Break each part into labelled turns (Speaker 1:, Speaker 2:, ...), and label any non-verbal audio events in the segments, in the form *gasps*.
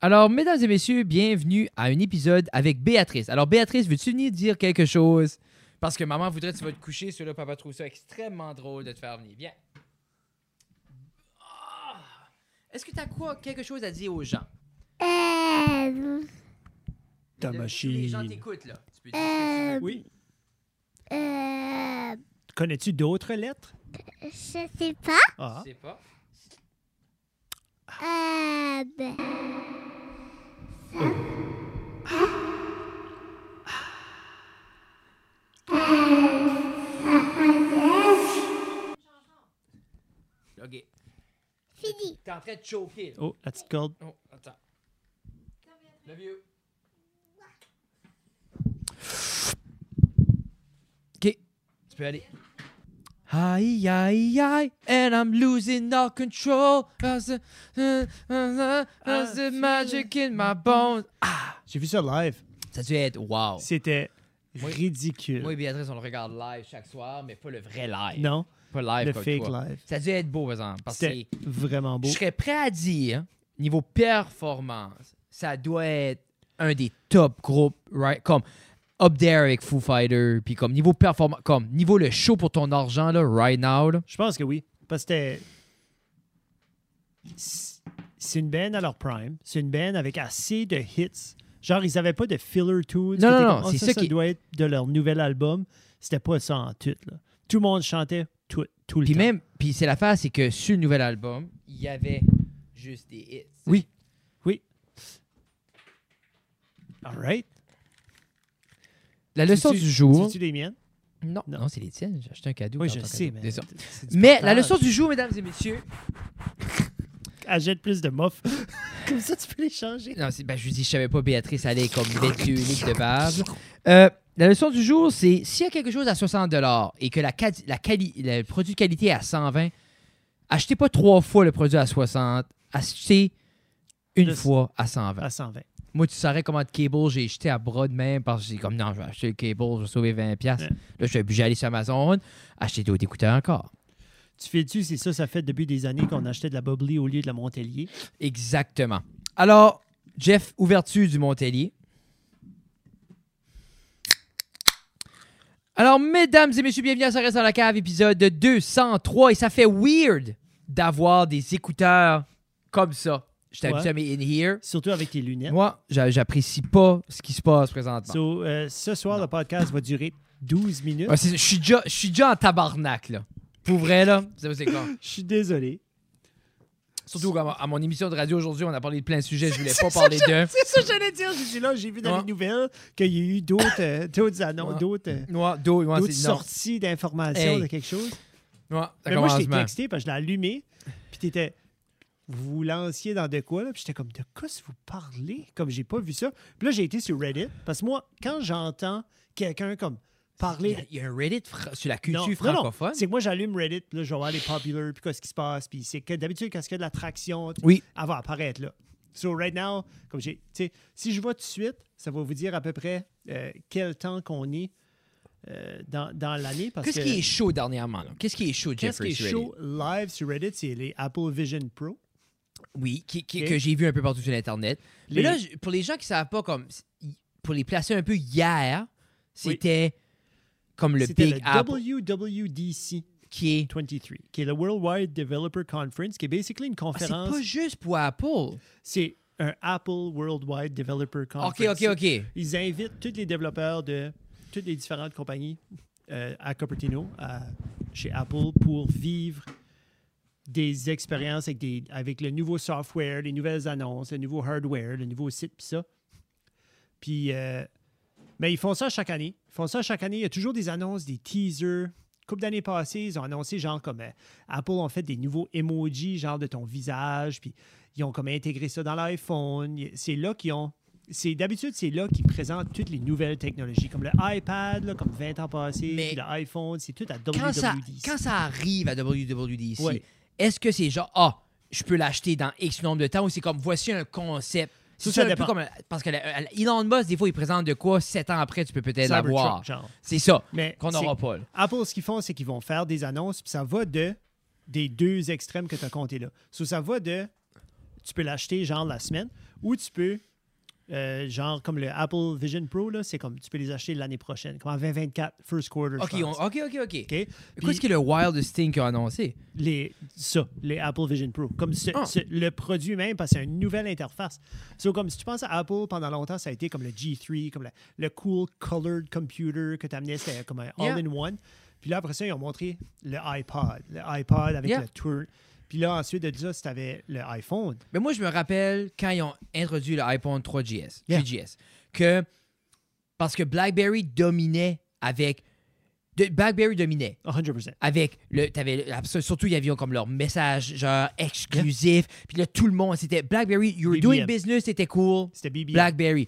Speaker 1: Alors, mesdames et messieurs, bienvenue à un épisode avec Béatrice. Alors, Béatrice, veux-tu venir dire quelque chose? Parce que maman voudrait que tu vas te coucher, sur le papa trouve ça extrêmement drôle de te faire venir. Viens. Ah! Est-ce que tu as quoi, quelque chose à dire aux gens?
Speaker 2: Euh,
Speaker 3: Ta
Speaker 1: Le- Les gens
Speaker 3: machine.
Speaker 1: t'écoutent, là. Tu peux dire ce que tu veux.
Speaker 3: Oui.
Speaker 2: euh,
Speaker 3: Connais-tu d'autres lettres?
Speaker 2: je sais pas.
Speaker 3: Ah.
Speaker 1: Je sais pas.
Speaker 2: Euh, ben,
Speaker 1: OK.
Speaker 2: fini.
Speaker 1: T'es en train de choquer, là.
Speaker 3: Oh, la petite corde.
Speaker 1: Oh, attends. Love you. OK. Tu peux aller. Aïe, aïe, aïe, and I'm losing all control. As the, uh, uh, as the magic in my bones.
Speaker 3: J'ai vu ça live.
Speaker 1: Ça a dû être wow.
Speaker 3: C'était
Speaker 1: Moi-
Speaker 3: ridicule.
Speaker 1: Moi et Béatrice, on le regarde live chaque soir, mais pas le vrai live.
Speaker 3: Non,
Speaker 1: Pas live
Speaker 3: le
Speaker 1: comme
Speaker 3: fake
Speaker 1: toi.
Speaker 3: live.
Speaker 1: Ça a dû être beau, par exemple. Parce que
Speaker 3: C'était vraiment beau.
Speaker 1: Je serais prêt à dire, niveau performance, ça doit être un des top groupes, right? Comme up there avec Foo Fighter, puis comme niveau performance, comme niveau le show pour ton argent, là, right now, là.
Speaker 3: Je pense que oui. Parce que c'était. C- C'est une band à leur prime. C'est une band avec assez de hits. Genre, ils n'avaient pas de filler tunes.
Speaker 1: Non, non,
Speaker 3: qui étaient
Speaker 1: non,
Speaker 3: comme, Ah,
Speaker 1: c'est
Speaker 3: ça,
Speaker 1: ça
Speaker 3: ça
Speaker 1: qui-
Speaker 3: doit être de leur nouvel album. C'était pas ça en tout. Là. Tout le monde chantait tout, tout le
Speaker 1: Puis
Speaker 3: temps.
Speaker 1: même, puis c'est l'affaire, c'est que sur le nouvel album, il y avait juste des hits.
Speaker 3: Oui. Oui. All right.
Speaker 1: La leçon
Speaker 3: C'est-tu-
Speaker 1: du jour.
Speaker 3: C'est-tu les miennes?
Speaker 1: Non, non,
Speaker 3: Non.
Speaker 1: c'est les tiennes. J'ai acheté un cadeau.
Speaker 3: Oui,
Speaker 1: dans
Speaker 3: je
Speaker 1: ton
Speaker 3: sais,
Speaker 1: cadeau.
Speaker 3: mais.
Speaker 1: Désolé.
Speaker 3: c'est
Speaker 1: Mais la
Speaker 3: partage.
Speaker 1: leçon du jour, mesdames et messieurs.
Speaker 3: Achète plus de muffs. *laughs* Comme ça, tu peux les changer.
Speaker 1: Non, c'est- ben, je lui dis, je savais pas, Béatrice, elle est comme vêtue unique de base. Euh, la leçon du jour, c'est s'il y a quelque chose à 60 et que la, quali- la quali- le produit de qualité est à 120, achetez pas trois fois le produit à 60, achetez une
Speaker 3: Le-
Speaker 1: fois à 120.
Speaker 3: À 120.
Speaker 1: Moi, tu saurais comment de cable j'ai jeté à bras de même parce que j'ai comme non, je vais acheter le cable, je vais sauver 20$. piastres.
Speaker 3: Ouais.
Speaker 1: Là, je suis obligé d'aller sur Amazon, acheter d'autres écouteurs encore.
Speaker 3: Tu fais-tu, c'est ça, ça fait depuis des années qu'on achetait de la Bubbly au lieu de la Montpellier.
Speaker 1: Exactement. Alors, Jeff, ouverture du Montellier. Alors, mesdames et messieurs, bienvenue à Ça reste dans la cave, épisode 203. Et ça fait weird d'avoir des écouteurs comme ça. Je t'ai
Speaker 3: Ouais.
Speaker 1: habitué à mes in-here.
Speaker 3: Surtout avec tes lunettes.
Speaker 1: Moi, j'a- j'apprécie pas ce qui se passe présentement.
Speaker 3: So, euh, ce soir,
Speaker 1: Non.
Speaker 3: le podcast va durer 12 minutes.
Speaker 1: Ouais, Ah, c'est- je suis déjà, je suis déjà en tabarnak, là. Pour vrai, là. C'est c'est quoi?
Speaker 3: Je suis désolé. *laughs*
Speaker 1: Surtout qu'à mon- à mon émission de radio aujourd'hui, on a parlé de plein de sujets, je voulais pas parler d'eux.
Speaker 3: *laughs* C'est ça que j'allais dire. J'ai dit là, j'ai vu dans
Speaker 1: Ouais.
Speaker 3: les nouvelles qu'il y a eu d'autres euh, d'autres annonces,
Speaker 1: Ouais.
Speaker 3: d'autres euh,
Speaker 1: Moi, d'eau, moi,
Speaker 3: d'autres
Speaker 1: c'est non.
Speaker 3: sorties d'informations
Speaker 1: Hey.
Speaker 3: de quelque chose.
Speaker 1: Moi, ça
Speaker 3: Mais moi, je t'ai
Speaker 1: commence mal.
Speaker 3: texté parce que je l'ai allumé. Puis t'étais. Vous vous lanciez dans de quoi, là? Puis j'étais comme, de quoi si vous parlez? Comme j'ai pas vu ça. Puis là, j'ai été sur Reddit. Parce que moi, quand j'entends quelqu'un comme
Speaker 1: Il y
Speaker 3: parler.
Speaker 1: a- il y a un Reddit fra- sur la culture
Speaker 3: Non, non, non.
Speaker 1: francophone.
Speaker 3: C'est que moi, j'allume Reddit, puis là, je vais voir les popular, puis qu'est-ce qui se passe. Puis c'est que d'habitude, quand il y a de l'attraction, t-
Speaker 1: Oui.
Speaker 3: elle va apparaître là. So, right now, comme j'ai. Tu sais, si je vois tout de suite, ça va vous dire à peu près euh, quel temps qu'on est euh, dans, dans l'année. parce
Speaker 1: Qu'est-ce
Speaker 3: que-
Speaker 1: qui est chaud dernièrement? là? Qu'est-ce qui est chaud,
Speaker 3: Qu'est-ce
Speaker 1: Jeffrey?
Speaker 3: qui est
Speaker 1: sur
Speaker 3: chaud live sur Reddit, c'est les Apple Vision Pro.
Speaker 1: Reddit? Oui, qui- qui-
Speaker 3: Ok.
Speaker 1: que j'ai vu un peu partout sur l'Internet. Mais
Speaker 3: Les-
Speaker 1: là, je- pour les gens qui savent pas, comme y- pour les placer un peu hier, c'était comme le
Speaker 3: C'était
Speaker 1: Big
Speaker 3: le
Speaker 1: Apple
Speaker 3: WWDC
Speaker 1: qui est... ah,
Speaker 3: 23, qui est le Worldwide Developer Conference, qui est basically une
Speaker 1: Ah, c'est
Speaker 3: conférence.
Speaker 1: pas juste pour Apple.
Speaker 3: c'est un Apple Worldwide Developer Conference.
Speaker 1: OK, OK, OK.
Speaker 3: Ils invitent tous les développeurs de toutes les différentes compagnies euh, à Cupertino, à- chez Apple, pour vivre des expériences avec, des, avec le nouveau software, les nouvelles annonces, le nouveau hardware, le nouveau site, puis ça. Puis, euh, mais ils font ça chaque année. Ils font ça chaque année. Il y a toujours des annonces, des teasers. Coupe d'années passées, ils ont annoncé genre comme euh, Apple ont fait des nouveaux emojis, genre de ton visage, puis ils ont comme intégré ça dans l'iPhone. Y- C'est là qu'ils ont. C'est d'habitude, c'est là qu'ils présentent toutes les nouvelles technologies, comme le iPad, là, comme 20 ans passés,
Speaker 1: Mais
Speaker 3: puis le iPhone, c'est tout à
Speaker 1: Quand ça,
Speaker 3: WWDC.
Speaker 1: quand ça arrive à WWDC,
Speaker 3: Ouais.
Speaker 1: est-ce que c'est genre, ah, je peux l'acheter dans X nombre de temps ou c'est comme, voici un concept?
Speaker 3: Ça,
Speaker 1: C'est
Speaker 3: ça
Speaker 1: un peu
Speaker 3: dépend.
Speaker 1: comme, parce que la- la- Elon Musk, des fois, il présente de quoi, sept ans après, tu peux peut-être
Speaker 3: Cybertruck,
Speaker 1: l'avoir.
Speaker 3: genre.
Speaker 1: C'est ça
Speaker 3: Mais
Speaker 1: qu'on
Speaker 3: c'est-
Speaker 1: n'aura pas. là.
Speaker 3: Apple, ce qu'ils font, c'est qu'ils vont faire des annonces, puis ça va de des deux extrêmes que tu as compté là. So, ça va de tu peux l'acheter genre la semaine Ou tu peux, euh, genre comme le Apple Vision Pro, là, c'est comme tu peux les acheter l'année prochaine, comme en 2024, first quarter. je
Speaker 1: OK, on-
Speaker 3: pense.
Speaker 1: OK, OK, OK.
Speaker 3: OK?
Speaker 1: Qu'est-ce que le wildest thing qu'ils ont annoncé?
Speaker 3: les, ça, les Apple Vision Pro. Comme ce-
Speaker 1: Ah.
Speaker 3: ce- le produit même, parce que c'est une nouvelle interface. So, comme si tu penses à Apple, pendant longtemps, ça a été comme le G3, comme la- le cool colored computer que tu amenais, c'était comme un
Speaker 1: Yeah.
Speaker 3: all-in-one. Puis là, après ça, ils ont montré le iPod. Le iPod avec
Speaker 1: Yeah.
Speaker 3: le tour. Puis là, ensuite de ça, tu avais le iPhone.
Speaker 1: Mais moi, je me rappelle quand ils ont introduit le iPhone 3GS,
Speaker 3: Yeah.
Speaker 1: 3GS, que parce que BlackBerry dominait avec... de- BlackBerry dominait
Speaker 3: 100%.
Speaker 1: avec le t'avais le- surtout il y avait comme leur message genre
Speaker 3: Hein?
Speaker 1: exclusif puis là tout le monde c'était BlackBerry you were doing
Speaker 3: BBM.
Speaker 1: business c'était cool
Speaker 3: C'était BB.
Speaker 1: BlackBerry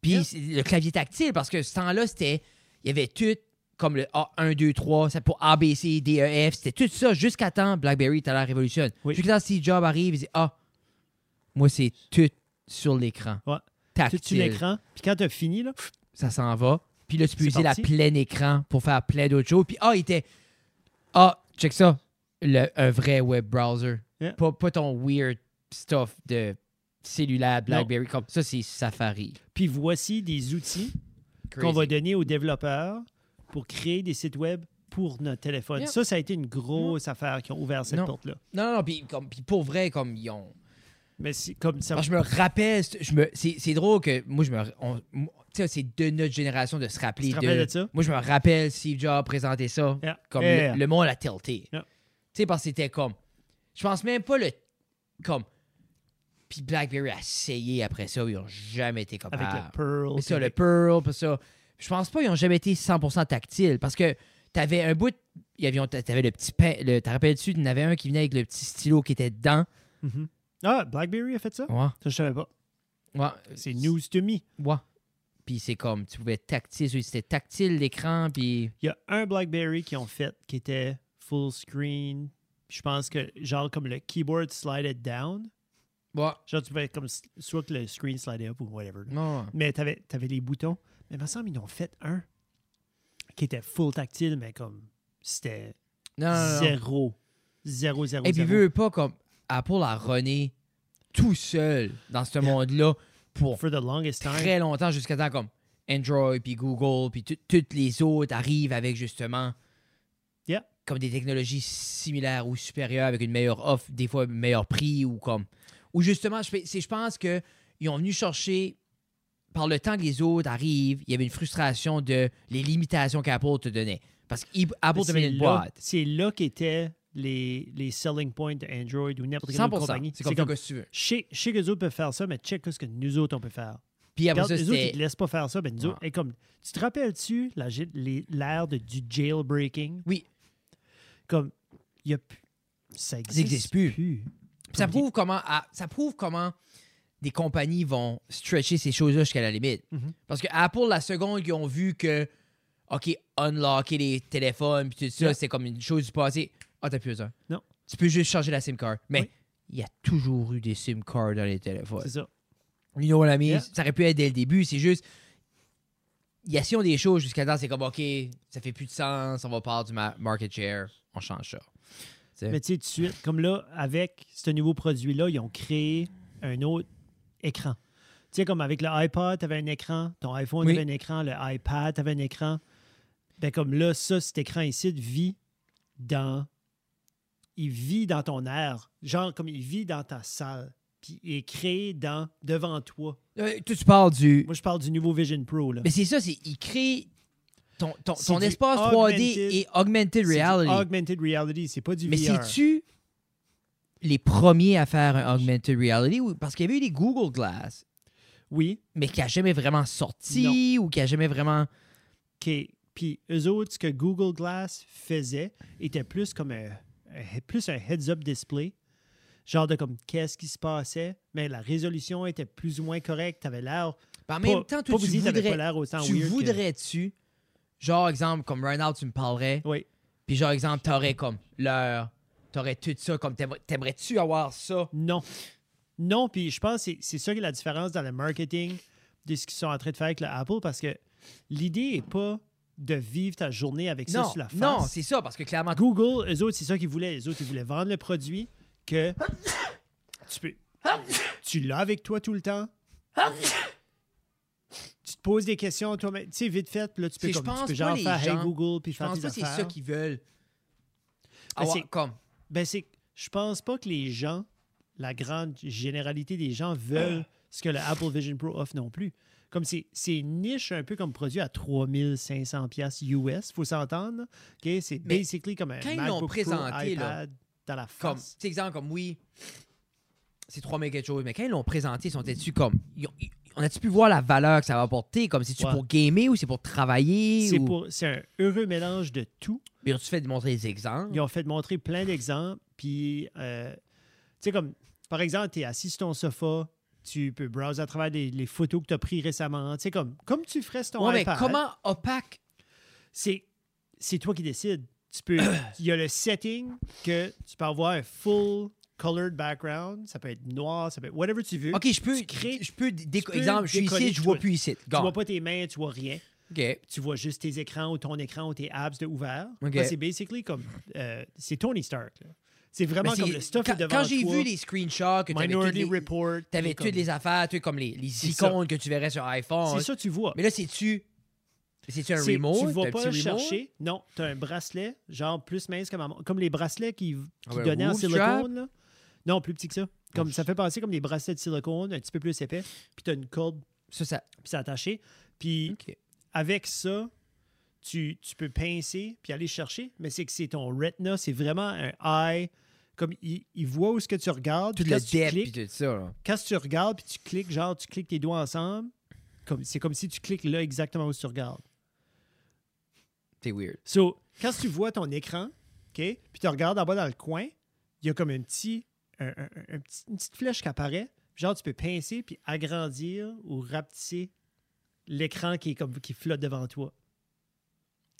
Speaker 1: puis
Speaker 3: Yeah.
Speaker 1: c'est- le clavier tactile parce que ce temps-là c'était il y avait tout comme le A1 2 3 ça pour ABC DEF E, c'était tout ça jusqu'à temps BlackBerry t'as la révolution
Speaker 3: Oui.
Speaker 1: jusqu'à temps si Job arrive il dit ah moi c'est tout sur l'écran
Speaker 3: Ouais. Tout
Speaker 1: tactile
Speaker 3: sur l'écran. Puis quand tu as fini, là,
Speaker 1: ça s'en va. Puis là, tu peux
Speaker 3: C'est
Speaker 1: utiliser
Speaker 3: parti.
Speaker 1: la pleine écran pour faire plein d'autres choses. Puis ah, il était. Ah, check ça. Le, un vrai web browser.
Speaker 3: Yeah.
Speaker 1: Pas, pas ton weird stuff de cellulaire, Blackberry. Comme, ça, c'est Safari.
Speaker 3: puis voici des outils qu'on
Speaker 1: Crazy.
Speaker 3: va donner aux développeurs pour créer des sites web pour notre téléphone.
Speaker 1: Yeah.
Speaker 3: Ça, ça a été une grosse affaire qui ont ouvert cette
Speaker 1: Non.
Speaker 3: porte-là.
Speaker 1: Non, non, non. Puis, comme, puis pour vrai, comme ils ont.
Speaker 3: Mais c'est comme ça.
Speaker 1: Alors, je me rappelle. c'est- Je me, c'est, c'est drôle que moi, je me. on- moi, tu sais, c'est de notre génération de se rappeler
Speaker 3: Tu te rappelles de ça?
Speaker 1: Moi, je me rappelle Steve Jobs présenter ça.
Speaker 3: Yeah.
Speaker 1: Comme
Speaker 3: Yeah,
Speaker 1: le-
Speaker 3: yeah.
Speaker 1: le, monde a tilté.
Speaker 3: Yeah.
Speaker 1: Tu sais, parce que c'était comme. Je pense même pas le. Comme. Puis BlackBerry a essayé après ça, ils ont jamais été comme
Speaker 3: Avec
Speaker 1: ah,
Speaker 3: le Pearl.
Speaker 1: mais ça,
Speaker 3: puis
Speaker 1: le Pearl, puis ça. Je pense pas qu'ils ont jamais été 100% tactiles parce que t'avais un bout. il y avait- T'avais le petit pain. le- T'en rappelles-tu, il y en avait un qui venait avec le petit stylo qui était dedans.
Speaker 3: Mhm. Ah, BlackBerry a fait ça?
Speaker 1: Ouais.
Speaker 3: Ça, je savais pas.
Speaker 1: Ouais.
Speaker 3: C'est news to me.
Speaker 1: Ouais. Puis c'est comme, tu pouvais tactile, celui- c'était tactile l'écran, puis...
Speaker 3: Il y a un BlackBerry qui ont fait qui était full screen. Je pense que, genre, comme le keyboard slided down.
Speaker 1: Ouais.
Speaker 3: Genre, tu pouvais comme s- soit que le screen slided up ou whatever.
Speaker 1: Non,
Speaker 3: Mais t'avais avais les boutons. Mais il me semble qu'ils en ont fait un qui était full tactile, mais comme c'était
Speaker 1: non, non, non.
Speaker 3: zéro. Zéro, zéro,
Speaker 1: Et puis,
Speaker 3: zéro.
Speaker 1: veux veux pas, comme, Apple a runné tout seul dans ce monde-là pour
Speaker 3: For the longest time.
Speaker 1: très longtemps, jusqu'à temps, comme, Android, puis Google, puis tout- toutes les autres arrivent avec, justement,
Speaker 3: Yeah.
Speaker 1: comme des technologies similaires ou supérieures, avec une meilleure offre, des fois, un meilleur prix, ou comme... Ou justement, je, fais- c'est- je pense que ils ont venu chercher par le temps que les autres arrivent, il y avait une frustration de les limitations qu'Apple te donnait. Parce qu'Apple te
Speaker 3: C'est
Speaker 1: donnait une
Speaker 3: là-
Speaker 1: boîte.
Speaker 3: C'est là qu'étaient les, les selling points d'Android ou n'importe quelle autre
Speaker 1: 100%.
Speaker 3: compagnie.
Speaker 1: C'est comme, ça que tu veux.
Speaker 3: je sais- je sais que les autres peuvent faire ça, mais check ce que nous autres, on peut faire.
Speaker 1: Puis après
Speaker 3: Regarde,
Speaker 1: ça,
Speaker 3: les autres, ils
Speaker 1: c'était.
Speaker 3: te laissent pas faire ça, mais nous
Speaker 1: Ouais.
Speaker 3: autres, et comme, tu te rappelles-tu la gé- les- l'ère de- du jailbreaking?
Speaker 1: Oui.
Speaker 3: Comme, il y a plus- Ça existe,
Speaker 1: existe plus. Puis Ça
Speaker 3: Comme
Speaker 1: prouve comment, ah, ça prouve comment des compagnies vont stretcher ces choses-là jusqu'à la limite.
Speaker 3: Mhm.
Speaker 1: Parce que Apple, la seconde, ils ont vu que, OK, unlocker les téléphones, puis tout ça,
Speaker 3: Yeah.
Speaker 1: c'est comme une chose du passé. Ah, t'as plus besoin.
Speaker 3: Non.
Speaker 1: Tu peux juste changer la SIM card. Mais
Speaker 3: Oui.
Speaker 1: il y a toujours eu des SIM cards dans les
Speaker 3: C'est
Speaker 1: téléphones.
Speaker 3: ça.
Speaker 1: You know what I mean?
Speaker 3: Yeah.
Speaker 1: Ça aurait pu être dès le début. C'est juste, il y a si on des choses jusqu'à temps, c'est comme, OK, ça fait plus de sens, on va parler du ma- market share, on change ça. Ouais.
Speaker 3: Mais tu sais, tout de suite, comme là, avec ce nouveau produit-là, ils ont créé un autre écran. Tu sais, comme avec le iPod, tu avais un écran, ton iPhone
Speaker 1: Oui.
Speaker 3: avait un écran, le iPad, tu avais un écran. Ben comme là, ça, cet écran ici vit dans. Il vit dans ton air. Genre, comme il vit dans ta salle. Puis il est créé dans, devant toi.
Speaker 1: Euh, tu tu parles du,
Speaker 3: Moi, je parle du nouveau Vision Pro. Là.
Speaker 1: Mais c'est ça, c'est il crée ton, ton,
Speaker 3: C'est
Speaker 1: ton
Speaker 3: du
Speaker 1: espace 3D
Speaker 3: augmented-
Speaker 1: et augmented
Speaker 3: C'est du
Speaker 1: reality.
Speaker 3: Augmented reality, c'est pas du
Speaker 1: Mais
Speaker 3: VR.
Speaker 1: c'est-tu les premiers à faire un augmented reality? Ou- Parce qu'il y avait eu les Google Glass,
Speaker 3: Oui.
Speaker 1: mais qui n'a jamais vraiment sorti ou qui n'a jamais vraiment.
Speaker 3: OK. Puis eux autres, ce que Google Glass faisait était plus comme un, un- plus un heads-up display. Genre de comme qu'est-ce qui se passait, mais la résolution était plus ou moins correcte. T'avais l'air.
Speaker 1: Mais en
Speaker 3: pas-
Speaker 1: même temps, toi, tu
Speaker 3: pas vous dire, t'avais
Speaker 1: voudrais.
Speaker 3: pas l'air autant
Speaker 1: Tu
Speaker 3: weird que-
Speaker 1: voudrais-tu, genre, exemple, comme right now, tu me parlerais,
Speaker 3: Oui.
Speaker 1: puis genre, exemple, t'aurais comme l'heure, t'aurais tout ça, comme t'aimerais- t'aimerais-tu avoir ça?
Speaker 3: Non. Non, puis je pense que c'est- c'est ça qui est la différence dans le marketing de ce qu'ils sont en train de faire avec le Apple parce que l'idée est pas de vivre ta journée avec ça
Speaker 1: Non,
Speaker 3: sur la face.
Speaker 1: non, c'est ça, parce que clairement,
Speaker 3: Google, eux autres, c'est ça qu'ils voulaient. Les autres, ils voulaient vendre le produit que tu peux. tu l'as avec toi tout le temps. tu te poses des questions toi-même. Tu sais, vite fait, puis là, tu peux,
Speaker 1: C'est- je
Speaker 3: comme, tu
Speaker 1: pense
Speaker 3: peux
Speaker 1: pas
Speaker 3: genre
Speaker 1: les
Speaker 3: faire Hey
Speaker 1: gens-
Speaker 3: Google, puis
Speaker 1: Je
Speaker 3: faire
Speaker 1: pense
Speaker 3: tes
Speaker 1: pas que c'est
Speaker 3: affaires.
Speaker 1: ça qu'ils veulent. Ah
Speaker 3: Ben,
Speaker 1: ouais,
Speaker 3: c'est-
Speaker 1: comme.
Speaker 3: Ben, c'est que je pense pas que les gens, la grande généralité des gens, veulent ce que le Apple Vision Pro offre non plus. Comme c'est c'est niche un peu comme produit à 3500 pièces US, faut s'entendre. OK, c'est
Speaker 1: Mais
Speaker 3: basically comme un
Speaker 1: quand ils
Speaker 3: MacBook
Speaker 1: l'ont
Speaker 3: Pro,
Speaker 1: présenté, là,
Speaker 3: iPad dans la
Speaker 1: comme
Speaker 3: face.
Speaker 1: c'est exemple comme oui c'est 3000 quelque chose mais quand ils l'ont présenté ils sont dessus comme ils ont- ils- on a-tu pu voir la valeur que ça va apporter comme si tu
Speaker 3: Ouais.
Speaker 1: pour gamer ou c'est pour travailler
Speaker 3: C'est
Speaker 1: ou
Speaker 3: pour- C'est un heureux mélange de tout.
Speaker 1: mais tu fais de montrer des exemples
Speaker 3: Ils ont fait montrer plein d'exemples. Puis, euh, tu sais, comme, par exemple, tu es assis sur ton sofa, tu peux browser à travers des- les photos que tu as prises récemment. Tu sais, comme, comme tu ferais sur ton
Speaker 1: ouais mais
Speaker 3: iPad.
Speaker 1: comment opaque
Speaker 3: C'est, c'est toi qui décides. Tu
Speaker 1: *coughs*
Speaker 3: peux, il y a le setting que tu peux avoir un full colored background. Ça peut être noir, ça peut être whatever tu veux.
Speaker 1: ok je peux
Speaker 3: Tu crées-
Speaker 1: je peux dé-
Speaker 3: peux
Speaker 1: exemple je suis
Speaker 3: décoller
Speaker 1: ici je
Speaker 3: tout.
Speaker 1: vois plus ici
Speaker 3: Tu
Speaker 1: Gone.
Speaker 3: vois pas tes mains, tu vois rien.
Speaker 1: ok
Speaker 3: Tu vois juste tes écrans ou ton écran ou tes apps de ouvert.
Speaker 1: Ok.
Speaker 3: Ben, c'est basically comme, euh, c'est Tony Stark. là. C'est
Speaker 1: Mais
Speaker 3: vraiment
Speaker 1: c'est-
Speaker 3: comme le stuff est
Speaker 1: quand,
Speaker 3: devant
Speaker 1: quand j'ai
Speaker 3: toi.
Speaker 1: vu les screenshots que t'avais toutes
Speaker 3: Minority
Speaker 1: les,
Speaker 3: Report.
Speaker 1: t'avais
Speaker 3: les
Speaker 1: toutes les
Speaker 3: comme-
Speaker 1: affaires tu sais, comme les, les
Speaker 3: C'est ça.
Speaker 1: icônes que tu verrais sur iPhone
Speaker 3: C'est ça, tu vois.
Speaker 1: mais là c'est tu c'est tu un
Speaker 3: C'est-
Speaker 1: remote
Speaker 3: tu ne vas
Speaker 1: T'as un
Speaker 3: pas
Speaker 1: petit remote?
Speaker 3: chercher. Non, tu as un bracelet, genre plus mince comme, en- comme les bracelets qui,
Speaker 1: Ah
Speaker 3: qui
Speaker 1: ouais, Ah,
Speaker 3: donnaient en
Speaker 1: Wolf
Speaker 3: silicone. là. Non, plus petit que ça. Comme,
Speaker 1: Ouf.
Speaker 3: ça fait penser comme des bracelets de silicone, un petit peu plus épais. Puis tu as une corde,
Speaker 1: ça ça
Speaker 3: puis c'est attaché. Puis
Speaker 1: ok
Speaker 3: avec ça, tu, tu peux pincer puis aller chercher. Mais c'est que c'est ton retina, c'est vraiment un eye. Comme il, il voit où ce que tu regardes.
Speaker 1: tout
Speaker 3: puis
Speaker 1: le
Speaker 3: quand tu
Speaker 1: depth
Speaker 3: cliques-
Speaker 1: puis tout ça là.
Speaker 3: quand tu regardes puis tu cliques, genre tu cliques tes doigts ensemble, comme, c'est comme si tu cliques là exactement où tu regardes.
Speaker 1: c'est weird
Speaker 3: So, quand tu vois ton écran, OK, puis tu regardes en bas dans le coin, il y a comme un petit, un- un- un- un petit- une petite flèche qui apparaît. Genre, tu peux pincer puis agrandir ou rapetisser l'écran qui, est comme, qui flotte devant toi.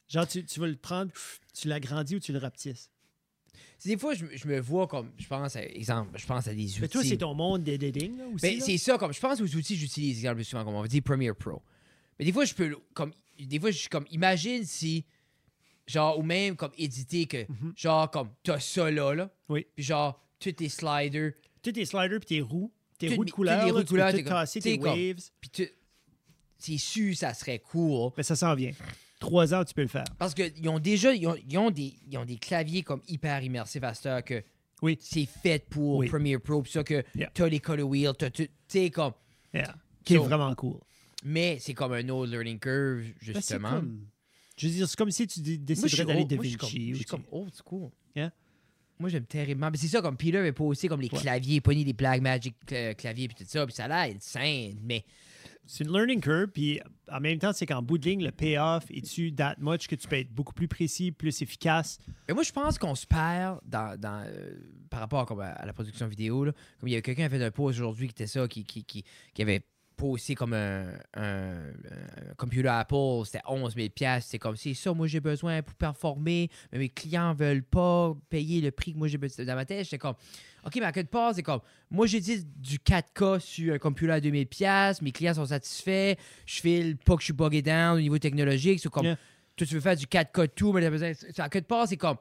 Speaker 3: Genre, tu, tu vas le prendre, pff, tu l'agrandis ou tu le rapetisses.
Speaker 1: C'est des fois, je, me- je me vois comme, je pense, à, exemple, je pense à des outils.
Speaker 3: Mais toi, c'est ton monde d'editing, là, aussi.
Speaker 1: Ben,
Speaker 3: là.
Speaker 1: c'est ça, comme, je pense aux outils que j'utilise, exemple, plus souvent, comme on va dire Premiere Pro. Mais des fois, je peux, le- comme, des fois, je suis comme, imagine si, genre, ou même, comme, éditer que, genre, comme, t'as ça là, là.
Speaker 3: Mhm. Oui.
Speaker 1: Puis genre, tous tes sliders,
Speaker 3: Tous tes sliders puis tes roues, tes
Speaker 1: Toutes
Speaker 3: roues
Speaker 1: mes-
Speaker 3: de
Speaker 1: toutes
Speaker 3: couleur,
Speaker 1: les
Speaker 3: là,
Speaker 1: roues de
Speaker 3: tu peux
Speaker 1: couleur,
Speaker 3: tout
Speaker 1: t'es comme-
Speaker 3: casser,
Speaker 1: t'es
Speaker 3: tes
Speaker 1: comme-
Speaker 3: waves.
Speaker 1: puis tu... C'est sûr, ça serait cool.
Speaker 3: Mais ça s'en vient. Trois ans, tu peux le faire.
Speaker 1: Parce qu'ils ont déjà, ils ont, ils ont des, ils ont des claviers comme hyper immersifs à cette heure que
Speaker 3: Oui.
Speaker 1: c'est fait pour
Speaker 3: Oui.
Speaker 1: Premiere Pro, puis ça que
Speaker 3: Yeah.
Speaker 1: t'as les color wheels, t'as tout, tu sais, comme...
Speaker 3: Yeah. Qui est
Speaker 1: So-
Speaker 3: vraiment cool.
Speaker 1: Mais c'est comme un autre learning curve,
Speaker 3: Ben, c'est
Speaker 1: justement.
Speaker 3: comme- Je veux dire, c'est comme si tu dé-
Speaker 1: Moi, je suis
Speaker 3: déciderais d'aller
Speaker 1: old-
Speaker 3: de
Speaker 1: moi, je suis comme-
Speaker 3: Vinci. ou
Speaker 1: Je suis
Speaker 3: tu-
Speaker 1: comme old school.
Speaker 3: Yeah.
Speaker 1: Moi, j'aime terriblement. Mais c'est ça, comme Peter avait posé comme les
Speaker 3: Ouais.
Speaker 1: claviers, pogné des plagues Magic euh, claviers, puis tout ça. Puis ça a l'air insane. Mais
Speaker 3: C'est une learning curve, puis euh, en même temps, c'est qu'en bout de ligne, le payoff est-tu that much que tu peux être beaucoup plus précis, plus efficace.
Speaker 1: Mais moi, je pense qu'on se perd dans, dans, euh, par rapport comme à, à la production vidéo. là. Comme il y a quelqu'un qui a fait un post aujourd'hui qui était ça, qui, qui, qui, qui avait posté comme un, un, un computer Apple, c'était 11 000 C'est comme, c'est ça, moi j'ai besoin pour performer, mais mes clients veulent pas payer le prix que moi j'ai besoin. Dans ma tête, j'étais comme, OK, mais à quelque part, c'est comme, moi j'ai dit du 4K sur un computer à 2000 mes clients sont satisfaits, je file pas que je suis boggé down au niveau technologique, c'est comme,
Speaker 3: Yeah.
Speaker 1: toi tu veux faire du 4K de tout, mais t'as besoin, c'est- à quelque part, c'est comme,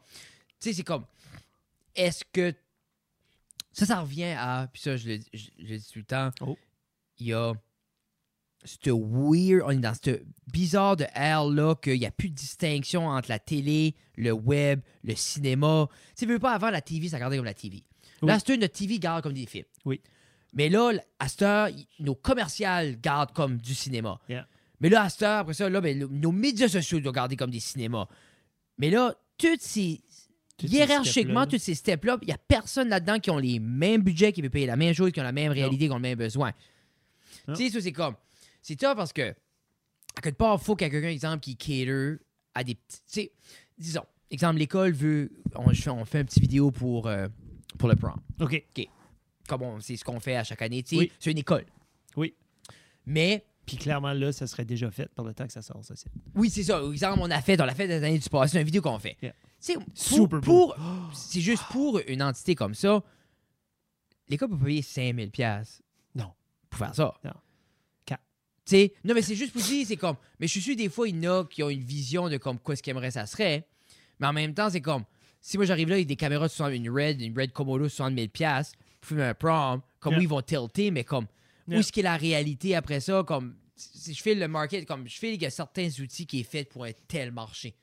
Speaker 1: tu sais, c'est comme, est-ce que. Ça, ça revient à. Puis ça, je le, je- je le dis tout le temps.
Speaker 3: Oh.
Speaker 1: Il y a. Ce weird. On est dans ce bizarre de air-là qu'il n'y a plus de distinction entre la télé, le web, le cinéma. Tu sais, veux pas avant la TV, ça regardait comme la TV.
Speaker 3: Oui.
Speaker 1: Là, c'est une, notre TV garde comme des films.
Speaker 3: Oui.
Speaker 1: Mais là, à cette heure, y- nos commerciales gardent comme du cinéma.
Speaker 3: Yeah.
Speaker 1: Mais là, à cette heure, après ça, là, ben, le- nos médias sociaux doivent garder comme des cinémas. Mais là, toutes ces
Speaker 3: Tous ces
Speaker 1: hiérarchiquement,
Speaker 3: steps-là,
Speaker 1: tous ces steps-là, il n'y a personne là-dedans qui ont les mêmes budgets, qui peut payer la même chose, qui ont la même réalité, qui ont le même besoin. Tu
Speaker 3: Non.
Speaker 1: sais, ça, c'est comme. C'est tough parce que, à quelque part, il faut qu'il y ait quelqu'un, exemple, qui cater à des petits. Tu sais, disons, exemple, l'école veut. On, je fais- on fait une petite vidéo pour, euh, pour le prom
Speaker 3: là. OK.
Speaker 1: comme on- c'est ce qu'on fait à chaque année. tu sais,
Speaker 3: Oui.
Speaker 1: C'est une école.
Speaker 3: Oui.
Speaker 1: Mais,
Speaker 3: Puis clairement, là, ça serait déjà fait par le temps que ça sort, ça. c'est-
Speaker 1: oui, c'est ça. Exemple, on a fait, on l'a fait des années du passé, c'est une vidéo qu'on fait.
Speaker 3: Yeah.
Speaker 1: Tu sais,
Speaker 3: Super *gasps*
Speaker 1: pour, pour- C'est juste pour une entité comme ça, l'école peut payer 5000 pièces
Speaker 3: Non.
Speaker 1: pour faire ça.
Speaker 3: Non. Quatre.
Speaker 1: Tu sais, non, mais c'est juste pour dire, c'est comme... Mais je suis sûr, des fois, il y en a qui ont une vision de comme quoi ce qu'ils aimeraient ça serait, mais en même temps, c'est comme... Si moi, j'arrive là avec des caméras de 60 une Red, une Red Komodo de 60 000 pièces film un prom, comme
Speaker 3: Yeah.
Speaker 1: où ils vont tilter, mais comme
Speaker 3: Yeah.
Speaker 1: où est-ce qu'est la réalité après ça, comme si je fais le market, comme je fais qu'il y a certains outils qui est fait pour un tel marché.